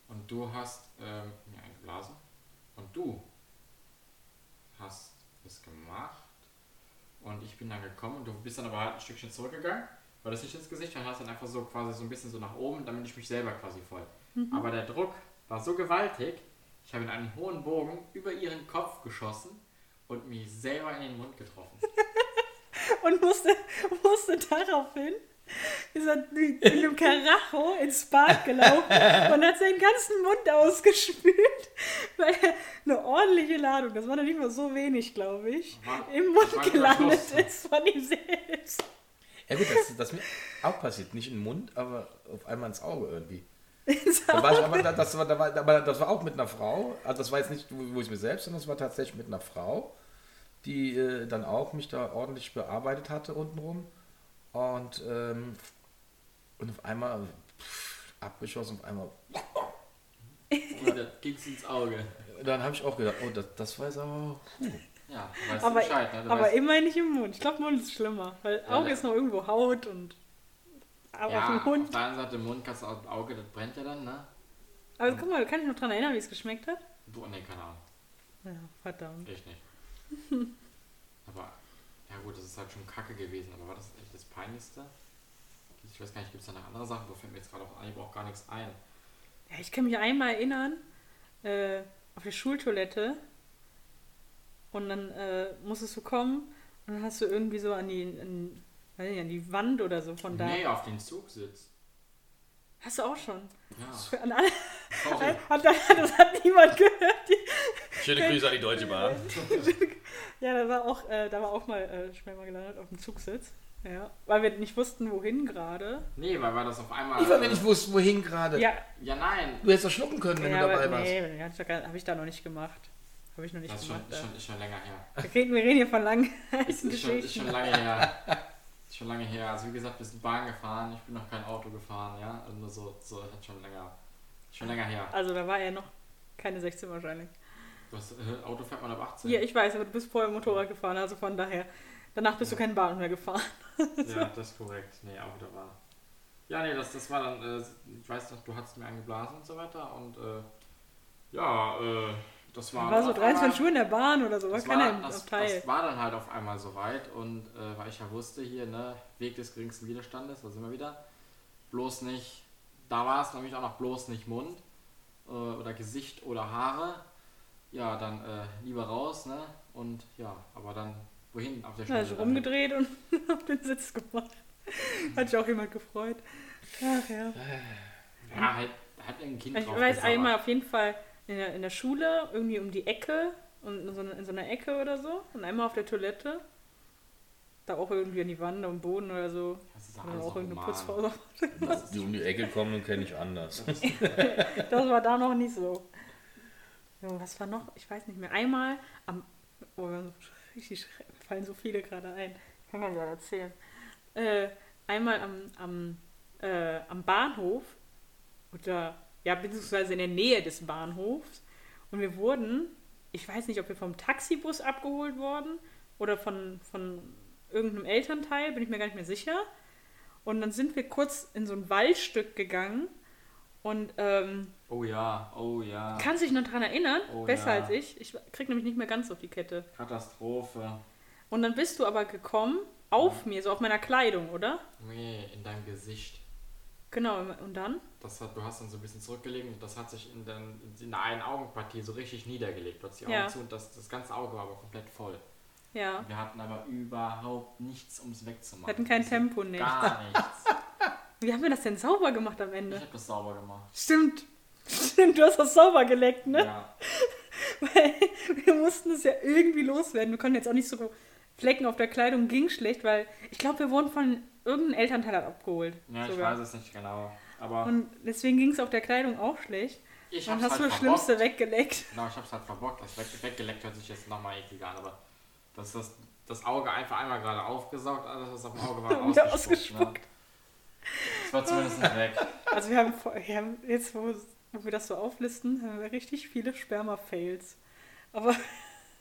B: und du hast ähm, mir eingeblasen und du hast es gemacht und ich bin dann gekommen und du bist dann aber halt ein Stückchen zurückgegangen, weil das nicht ins Gesicht war, und hast dann einfach so quasi so ein bisschen so nach oben, damit ich mich selber quasi voll.
C: Mhm.
B: Aber der Druck war so gewaltig, ich habe in einen hohen Bogen über ihren Kopf geschossen und mich selber in den Mund getroffen.
C: und musste, musste daraufhin ist er mit einem Karacho ins Bad gelaufen und hat seinen ganzen Mund ausgespült, weil er eine ordentliche Ladung, das war noch nicht mal so wenig, glaube ich,
B: War-
C: im
B: war
C: Mund
B: ein
C: gelandet
B: Verschluss.
C: ist von ihm selbst.
D: Ja gut, das, das mir auch passiert. Nicht in den Mund, aber auf einmal ins Auge irgendwie.
C: Ins
D: Da war ich aber,
C: Auge.
D: da- das, war, da war, aber das war auch mit einer Frau. Also das war jetzt nicht, wo wo ich mir selbst, sondern das war tatsächlich mit einer Frau, die äh, dann auch mich da ordentlich bearbeitet hatte untenrum. Und, ähm, und auf einmal pff, abgeschossen, auf einmal.
B: Und da ging's ins Auge.
D: Dann habe ich auch gedacht, oh, das, das war jetzt aber.
B: Ja, du weißt
C: aber
B: Bescheid, ne? Du
C: aber
B: weißt,
C: immerhin nicht im Mund. Ich glaube, Mund ist schlimmer, weil Auge
B: da-
C: ist noch irgendwo Haut und. Aber
B: ja,
C: auf dem Mund.
B: Auf der anderen Seite im Mund kannst du aus dem Auge, das brennt ja dann, ne?
C: Aber guck mal, kann ich noch dran erinnern, wie es geschmeckt hat?
B: Du, ne, keine Ahnung.
C: Ja, verdammt.
B: Ich nicht. aber, ja gut, das ist halt schon kacke gewesen, aber war das echt das Peinlichste? Ich weiß gar nicht, gibt es da noch andere Sachen? Da fällt mir jetzt gerade auf Anhieb auch gar nichts ein.
C: Ja, ich kann mich einmal erinnern, äh, auf der Schultoilette. Und dann äh, musstest du kommen und dann hast du irgendwie so an die, an, weiß nicht, an die Wand oder so von da.
B: Nee, auf den Zugsitz.
C: Hast du auch schon.
B: Ja,
C: An alle,
B: sorry.
C: hat, das hat niemand gehört. Die,
D: Schöne Grüße an die Deutsche Bahn.
C: ja, da war auch, äh, da war auch mal äh, schnell mal gelandet auf dem Zugsitz. Ja, weil wir nicht wussten, wohin gerade.
B: Nee, weil war das auf einmal.
D: Ich war mir nicht wusste, wohin gerade.
C: Ja,
B: ja, nein.
D: Du hättest doch schlucken können, Also, wenn
C: ja,
D: du dabei
C: aber,
D: warst.
C: nee, habe ich da noch nicht gemacht. Habe ich noch nicht
B: Das ist
C: gemacht. äh, ja.
B: schon, ist schon, ist schon länger her.
C: Wir reden, wir reden hier von langen heißen
B: Ist, ist, schon, ist
C: Geschichten.
B: schon lange her. Ist schon lange her. Also wie gesagt, wir sind Bahn gefahren, ich bin noch kein Auto gefahren, ja. Also nur so, so hat schon länger. Schon länger her.
C: Also da war er noch keine 16 wahrscheinlich.
B: Du hast, äh, Auto fährt man ab 18.
C: Ja, ich weiß, aber du bist vorher Motorrad gefahren, also von daher. Danach bist du keinen Bahn mehr gefahren.
B: Ja, das ist korrekt. Nee, auch wieder war. Ja, nee, das, das war dann, äh, ich weiß noch, du hattest mir angeblasen und so weiter und äh, ja, äh, das war.
C: war so
B: auf einmal-
C: 23 Uhr in der Bahn oder so, war
B: Das
C: keiner
B: war,
C: im
B: das,
C: Abteil.
B: das war dann halt auf einmal soweit und äh, weil ich ja wusste, hier, ne, Weg des geringsten Widerstandes, da sind wir wieder. Bloß nicht, da war es nämlich auch noch bloß nicht Mund äh, oder Gesicht oder Haare. Ja, dann äh, lieber raus, ne? Und ja, aber dann, wohin? Auf der
C: Da ist
B: Stelle. dann?
C: rumgedreht und auf den Sitz gemacht. Hat sich auch jemand gefreut. Ach ja.
B: Ja, halt, halt ein Kind
C: Ich
B: drauf
C: weiß
B: gesabbert.
C: einmal auf jeden Fall in der, in der Schule, irgendwie um die Ecke, und in, so einer, in so einer Ecke oder so. Und einmal auf der Toilette. Da auch irgendwie an die Wand, am Boden oder so.
B: Das ist
C: Oder
B: alles
C: auch irgendeine
B: Roman.
C: Putzpause.
B: Das ist
D: Die um die Ecke kommen und kenne ich anders.
C: Das war da noch nicht so. Ja, was war noch? Ich weiß nicht mehr. Einmal am. Oh, wir haben so richtig schre- mir fallen so viele gerade ein. Ich kann man gerade erzählen. Äh, einmal am, am, äh, am Bahnhof. Oder. Ja, beziehungsweise in der Nähe des Bahnhofs. Und wir wurden. Ich weiß nicht, ob wir vom Taxibus abgeholt wurden oder von, von irgendeinem Elternteil, bin ich mir gar nicht mehr sicher. Und dann sind wir kurz in so ein Waldstück gegangen und ähm,
B: oh ja, oh ja.
C: Kannst dich noch dran erinnern?
B: Oh,
C: Besser
B: ja.
C: als ich. Ich krieg nämlich nicht mehr ganz auf die Kette.
B: Katastrophe.
C: Und dann bist du aber gekommen auf mir, so auf meiner Kleidung, oder?
B: Nee, in deinem Gesicht.
C: Genau, und dann?
B: Das hat, du hast dann so ein bisschen zurückgelegt und das hat sich in, dein, in der einen Augenpartie so richtig niedergelegt. Du hast die Augen
C: Ja.
B: zu und das, das ganze Auge war aber komplett voll.
C: Ja.
B: Wir hatten aber überhaupt nichts, um es wegzumachen.
C: Wir hatten kein Tempo, nichts.
B: Gar nichts.
C: Wie haben wir das denn sauber gemacht am
B: Ich
C: Ende?
B: habe das sauber gemacht.
C: Stimmt. Stimmt, du hast das sauber geleckt, ne?
B: Ja.
C: Weil wir mussten es ja irgendwie loswerden. Wir konnten jetzt auch nicht so Flecken auf der Kleidung ging schlecht, weil ich glaube, wir wurden von irgendeinem Elternteil halt abgeholt.
B: Ja, ich
C: sogar.
B: weiß es nicht genau. Aber
C: Und deswegen ging es auf der Kleidung auch schlecht.
B: ich
C: Dann
B: hab's
C: hast
B: halt
C: du das
B: verbockt.
C: Schlimmste weggeleckt.
B: Genau, ich hab's halt verbockt. Das weg, weggeleckt hört sich jetzt nochmal ekliger an, aber dass das, das Auge einfach einmal gerade aufgesaugt, alles was auf dem Auge war,
C: Und wieder
B: ausgespuckt. Ne? Das war zumindest nicht weg.
C: Also wir haben, vor- wir haben jetzt, wo, wo wir das so auflisten, haben wir richtig viele Sperma-Fails. Aber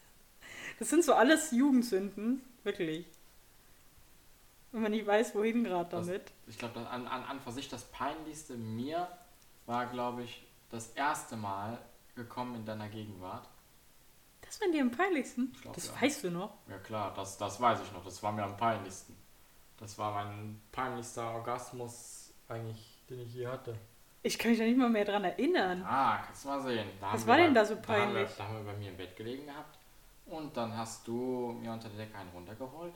C: das sind so alles Jugendsünden, wirklich. Wenn man nicht weiß, wohin gerade
B: Das-
C: damit.
B: Ich glaube, an, an, an für sich das Peinlichste mir war, glaube ich, das erste Mal gekommen in deiner Gegenwart.
C: Das war dir am peinlichsten.
B: Ich glaub,
C: das
B: ja.
C: weißt du noch.
B: Ja klar, das, das weiß ich noch. Das war mir am peinlichsten. Das war mein peinlichster Orgasmus eigentlich, den ich je hatte.
C: Ich kann mich da nicht mal mehr dran erinnern.
B: Ah, kannst du mal sehen. Da
C: Was
B: haben
C: war
B: wir
C: denn
B: bei-
C: da so
B: haben wir-
C: peinlich?
B: Da haben, wir, bei mir im Bett gelegen gehabt. Und dann hast Mhm. du mir unter der Decke einen runtergeholt.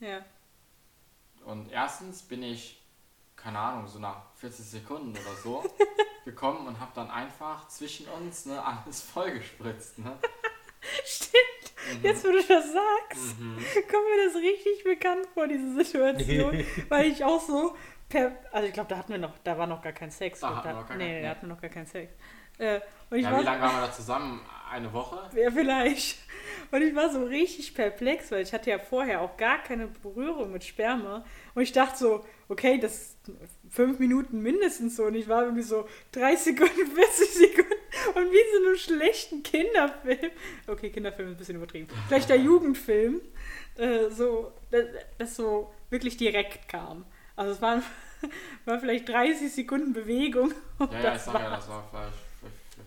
C: Ja.
B: Und erstens bin ich keine Ahnung, so nach 40 Sekunden oder so gekommen und habe dann einfach zwischen uns ne, alles vollgespritzt. Ne?
C: Stimmt. Jetzt, wo du das sagst,
B: Mhm.
C: kommt mir das richtig bekannt vor, diese Situation. weil ich auch so. Per also, ich glaube, da hatten wir noch. Da war noch gar kein Sex.
B: Da
C: Und
B: hatten wir noch gar
C: nee,
B: kein-
C: da hatten wir noch gar keinen Sex. Äh, und ich
B: Ja,
C: war
B: wie lange waren wir da zusammen? Eine Woche?
C: Ja, vielleicht. Und ich war so richtig perplex, weil ich hatte ja vorher auch gar keine Berührung mit Sperma. Und ich dachte so, okay, das ist fünf Minuten mindestens so. Und ich war irgendwie so 30 Sekunden, 40 Sekunden. Und wie in so einem schlechten Kinderfilm. Okay, Kinderfilm ist ein bisschen übertrieben. Schlechter Jugendfilm. Äh, so, das, das so wirklich direkt kam. Also es waren, war vielleicht 30 Sekunden Bewegung. Und
B: Ja, ja, ich
C: das
B: sag
C: war,
B: ja, das war vielleicht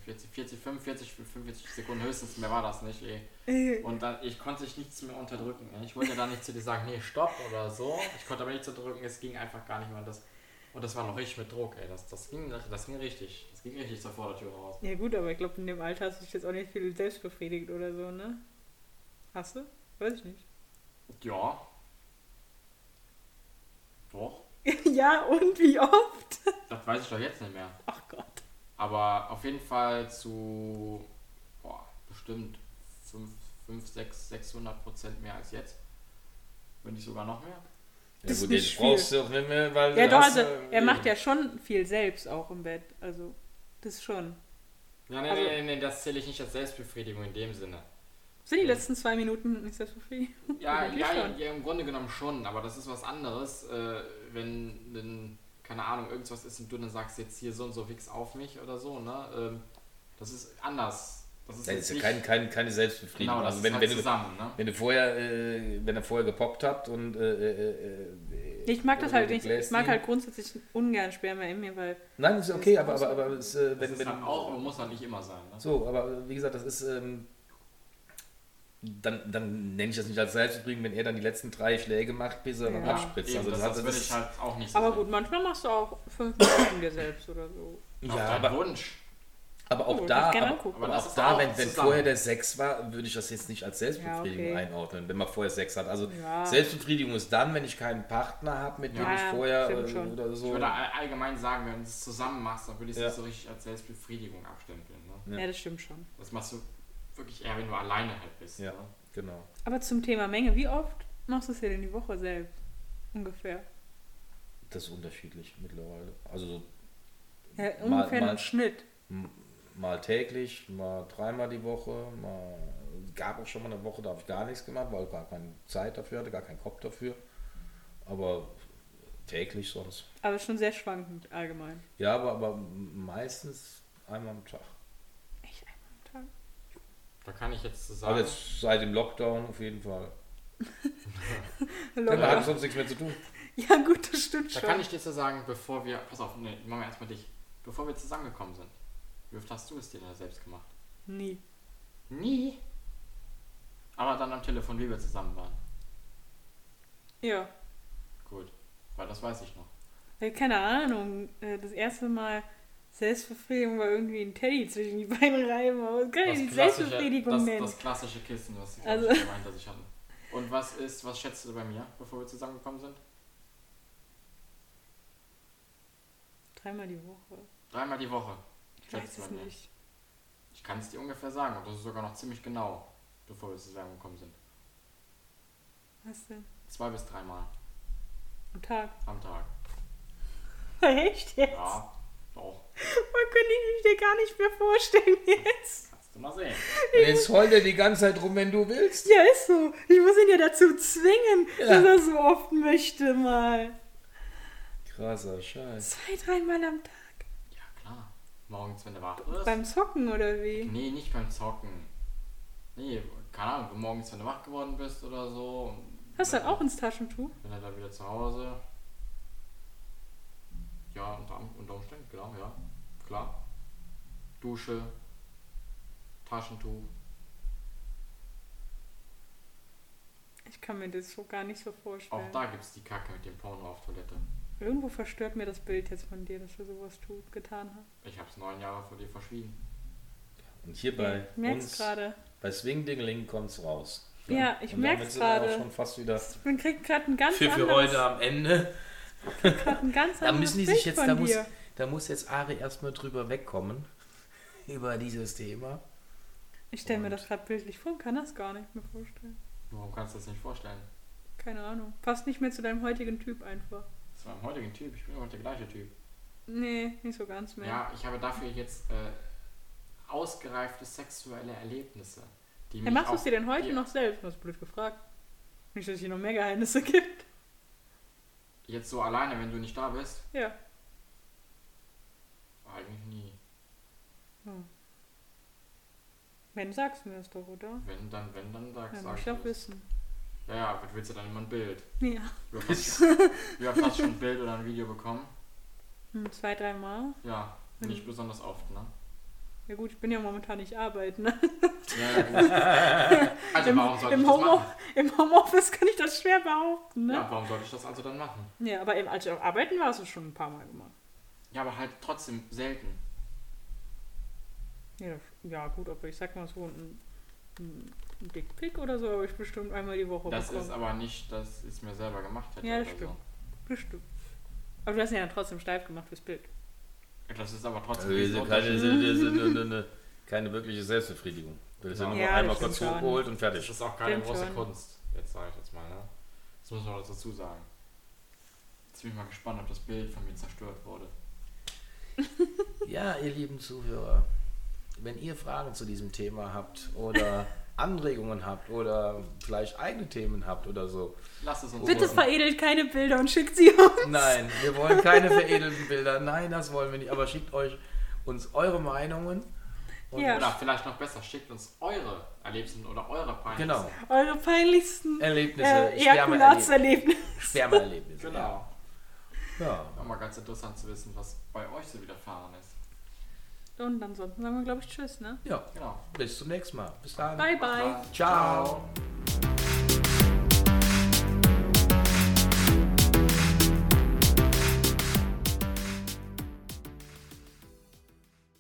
B: 40, 40, 45, 45 Sekunden höchstens, mehr war das nicht. Ey.
C: äh,
B: Und dann, ich konnte ich nichts mehr unterdrücken. Ey. Ich wollte dann nicht zu dir sagen, nee, stopp oder so. Ich konnte aber nichts unterdrücken, es ging einfach gar nicht mehr. Das, und das war noch richtig mit Druck, ey. Das, das, ging, das ging richtig. Das ging richtig zur Vordertür raus.
C: Ja gut, aber ich glaube, in dem Alter hast du dich jetzt auch nicht viel selbst befriedigt oder so, ne? Hast du? Weiß ich nicht.
B: Ja. Doch.
C: ja, und wie oft?
B: Das weiß ich doch jetzt nicht mehr.
C: Ach Gott.
B: Aber auf jeden Fall zu boah, bestimmt 5, 5 6, 600 Prozent mehr als jetzt. Wenn nicht sogar noch mehr.
D: Ja,
C: Das ist
D: gut,
C: nicht
D: jetzt brauchst du auch nicht mehr, weil
C: Ja,
D: du
C: doch,
D: hast,
C: also
D: äh,
C: er macht ja schon viel selbst auch im Bett. Also, das schon.
B: Ja, nee,
C: Also-
B: nee, nee, das zähle ich nicht als Selbstbefriedigung in dem Sinne.
C: Sind die letzten zwei Minuten nicht selbstbefriedigt?
B: Ja,
C: Eigentlich
B: ja,
C: schon.
B: ja, im Grunde genommen schon, aber das ist was anderes, äh, wenn, wenn, keine Ahnung, irgendwas ist und du dann sagst jetzt hier so und so wichs auf mich oder so, ne? Ähm, das ist anders. Das ist
D: Das
B: jetzt
D: ist ja
B: nicht,
D: kein, kein, keine Selbstbefriedigung.
B: genau, das
D: also
B: ist
D: wenn,
B: halt
D: wenn, du,
B: zusammen, ne?
D: wenn du vorher, äh, wenn er vorher gepoppt habt und äh, äh, äh, äh,
C: Ich mag das halt
D: oder
C: nicht.
D: die
C: Ich mag
D: Gläschen-
C: halt grundsätzlich ungern Sperma in mir, weil
D: Nein, ist okay, aber aber aber es, äh,
B: Das
D: wenn
B: ist
D: wenn
B: halt auch, aber muss halt nicht immer sein, ne?
D: so, aber äh, wie gesagt, das ist ähm, dann, dann nenne ich das nicht als Selbstbefriedigung, wenn er dann die letzten drei Schläge macht, bis er dann
C: Ja.
D: abspritzt.
B: Eben,
D: Also das,
B: das,
D: hat
B: das würde
D: das-
B: ich halt auch nicht so
C: Aber
B: sehen.
C: gut, manchmal machst du auch fünf Minuten dir selbst oder so.
D: ja,
B: Auf deinen
D: aber
B: Wunsch.
D: Aber
C: Oh,
D: auch
C: ich
D: da,
C: würd's gerne
D: aber,
C: angucken.
D: aber
B: Aber das
D: auch
B: ist
D: da,
B: auch
D: wenn, wenn
B: zusammen.
D: vorher der Sex war, würde ich das jetzt nicht als Selbstbefriedigung
C: Ja, okay.
D: einordnen, wenn man vorher Sex hat. Also
C: Ja.
D: Selbstbefriedigung ist dann, wenn ich keinen Partner habe, mit dem
C: Ja,
D: ich vorher
C: stimmt
D: äh,
C: schon.
D: oder
B: Ich
D: so.
B: würde all- allgemein sagen, wenn du es zusammen machst, dann würde ich
D: Oh.
B: es
D: Ja.
B: nicht so richtig als Selbstbefriedigung abstempeln. Ne?
D: Ja.
C: Ja. das stimmt schon.
B: Das machst du wirklich eher, wenn du alleine halt bist.
D: Ja,
B: Ne?
D: genau.
C: Aber zum Thema Menge, wie oft machst du es dir denn die Woche selbst? Ungefähr.
D: Das ist unterschiedlich mittlerweile. Also so
C: Ja,
D: Mal-
C: ungefähr
D: mal-
C: im Schnitt.
D: mal täglich, mal dreimal die Woche, mal gab auch schon mal eine Woche, da habe ich gar nichts gemacht, weil ich gar keine Zeit dafür hatte, gar keinen Kopf dafür. Aber täglich sonst.
C: Aber schon sehr schwankend allgemein.
D: Ja, aber, aber meistens einmal am Tag.
C: Echt einmal am Tag?
B: Da kann ich jetzt zu
D: Aber
B: sagen,
D: jetzt seit dem Lockdown auf jeden Fall.
C: Locker.
D: Man hat sonst nichts mehr zu tun.
C: Ja, gut, das stimmt
B: also da
C: schon.
B: kann ich dir zu sagen, bevor wir, pass auf, nee, machen wir erstmal dich, bevor wir zusammengekommen sind, wie oft hast du es dir denn selbst gemacht?
C: Nie.
B: Nie. Aber dann am Telefon, wie wir zusammen waren.
C: Ja.
B: Gut, weil das weiß ich noch.
C: Äh, Keine Ahnung. Äh, Das erste Mal Selbstbefriedigung war irgendwie ein Teddy zwischen die beiden Reiben. Aber das kann ich nicht
B: klassische-
C: Selbstbefriedigung
B: das,
C: nennen.
B: das klassische Kissen, was ich
C: Also-
B: also. gemeint, dass ich hatte. Und was ist, was schätzt du bei mir, bevor wir zusammengekommen sind?
C: Dreimal die Woche.
B: Dreimal die Woche.
C: Ich
B: Schätzt
C: weiß
B: du
C: es
B: bei mir?
C: nicht.
B: Ich kann es dir ungefähr sagen, und das ist sogar noch ziemlich genau, bevor wir zusammengekommen sind.
C: Was denn?
B: Zwei bis dreimal
C: Am Tag.
B: am Tag.
C: Echt jetzt?
B: Ja, doch.
C: Man könnte ich mich dir gar nicht mehr vorstellen jetzt.
B: Kannst du mal sehen.
D: Jetzt heult er die ganze Zeit rum, wenn du willst.
C: Ja, ist so. Ich muss ihn ja dazu zwingen,
D: Ja.
C: dass er so oft möchte mal.
D: Krasser Scheiß.
C: Zwei, dreimal am Tag.
B: Ja, klar. Morgens, wenn du wach wirst.
C: Beim Zocken oder wie?
B: Nee, nicht beim Zocken. Nee, keine Ahnung, morgens, wenn du wach geworden bist oder so.
C: Hast du auch ins Taschentuch?
B: Bin er dann wieder zu Hause. Ja, unter, unter Umständen, genau, ja. Klar. Dusche, Taschentuch.
C: Ich kann mir das so gar nicht so
B: Auch
C: vorstellen.
B: da gibt's die Kacke mit dem Porno auf Toilette.
C: Irgendwo verstört mir das Bild jetzt von dir, dass du sowas tu, getan hast.
B: Ich hab's neun Jahre vor dir verschwiegen.
D: Und hier bei
C: ich merk's
D: uns,
C: gerade.
D: bei Swingdingeling kommt's raus.
C: Ja, ich
D: Und
C: merk's
D: damit sind wir auch
C: gerade.
D: schon fast wieder
C: Man kriegt gerade einen ganz
E: Für, für
C: anderen.
E: heute am Ende.
C: Hat ein ganz
D: Da müssen die sich jetzt,
C: von
D: da muss,
C: dir.
D: da muss jetzt Ari erstmal drüber wegkommen. Über dieses Thema.
C: Ich stelle mir das gerade bildlich vor und kann das gar nicht mehr vorstellen.
B: Warum kannst du das nicht vorstellen?
C: Keine Ahnung. Passt nicht mehr zu deinem heutigen Typ einfach.
B: Das war mein heutigen Typ. Ich bin immer noch der gleiche Typ.
C: Nee, nicht so ganz mehr.
B: Ja, ich habe dafür jetzt äh, ausgereifte sexuelle Erlebnisse. Die
C: Hey, machst du
B: auch-
C: es dir denn heute
B: die-
C: noch selbst? Du hast blöd gefragt. Nicht, dass es hier noch mehr Geheimnisse gibt.
B: Jetzt so alleine, wenn du nicht da bist?
C: Ja.
B: Eigentlich nie.
C: Wenn, sagst du mir das doch, oder?
B: Wenn, dann, wenn, dann sag,
C: Ja, muss
B: sag
C: ich
B: ich
C: doch
B: das.
C: wissen.
B: Ja, ja, was willst du dann immer ein Bild?
C: Ja.
B: Du hast, du hast fast schon ein Bild oder ein Video bekommen.
C: Hm, zwei, dreimal.
B: Ja, nicht
C: Mhm.
B: besonders oft, ne?
C: Ja gut, ich bin ja momentan nicht arbeiten. Ne?
B: Ja, ja, gut. Also
C: Im,
B: warum sollte ich
C: im,
B: das
C: Homo
B: machen?
C: Im Homeoffice kann ich das schwer behaupten, ne?
B: Ja, warum sollte ich das also dann machen?
C: Ja, aber eben, als ich auch arbeiten war, hast du schon ein paar Mal gemacht.
B: Ja, aber halt trotzdem selten.
C: Ja, das- ja gut, aber ich sag mal so ein, ein ein Dickpick oder so habe ich bestimmt einmal die Woche
B: Das
C: bekommen.
B: ist aber nicht, dass ich es mir selber gemacht hätte.
C: Ja, das
B: oder
C: stimmt. Bestimmt. Aber du hast ihn ja dann trotzdem steif gemacht fürs Bild.
B: So. Das ist aber trotzdem ein
D: Also keine,
C: Mhm.
B: Riesenunterschied.
D: keine wirkliche Selbstbefriedigung. Du hast ja nur
C: Ja,
D: einmal
C: das
D: kurz
C: stimmt schon.
D: hochgeholt und
B: Das
D: fertig.
B: ist auch keine
C: Stimmt
B: große
C: schon.
B: Kunst, jetzt sage ich jetzt mal, ne? Das muss man auch dazu sagen. Jetzt bin ich mal gespannt, ob das Bild von mir zerstört wurde.
D: Ja, ihr lieben Zuhörer, wenn ihr Fragen zu diesem Thema habt oder Anregungen habt oder vielleicht eigene Themen habt oder so.
B: Lass es uns
C: Bitte
B: wissen.
C: veredelt keine Bilder und schickt sie uns.
D: Nein, wir wollen keine veredelten Bilder. Nein, das wollen wir nicht. Aber schickt euch uns eure Meinungen. Und
C: Ja.
B: Oder vielleicht noch besser, schickt uns eure Erlebnisse oder eure Peinisse.
D: Genau.
C: Eure peinlichsten
D: Erlebnisse.
C: äh,
D: Spermaerlebnisse.
C: Ejakulatserlebnisse.
D: Spermaerlebnisse.
B: Genau.
D: Ja.
B: War mal ganz interessant zu wissen, was bei euch so widerfahren ist.
C: Und ansonsten sagen wir, glaube ich, Tschüss, ne?
D: ja,
B: Genau.
D: bis zum nächsten Mal. Bis dann.
C: Bye, bye.
D: Ciao.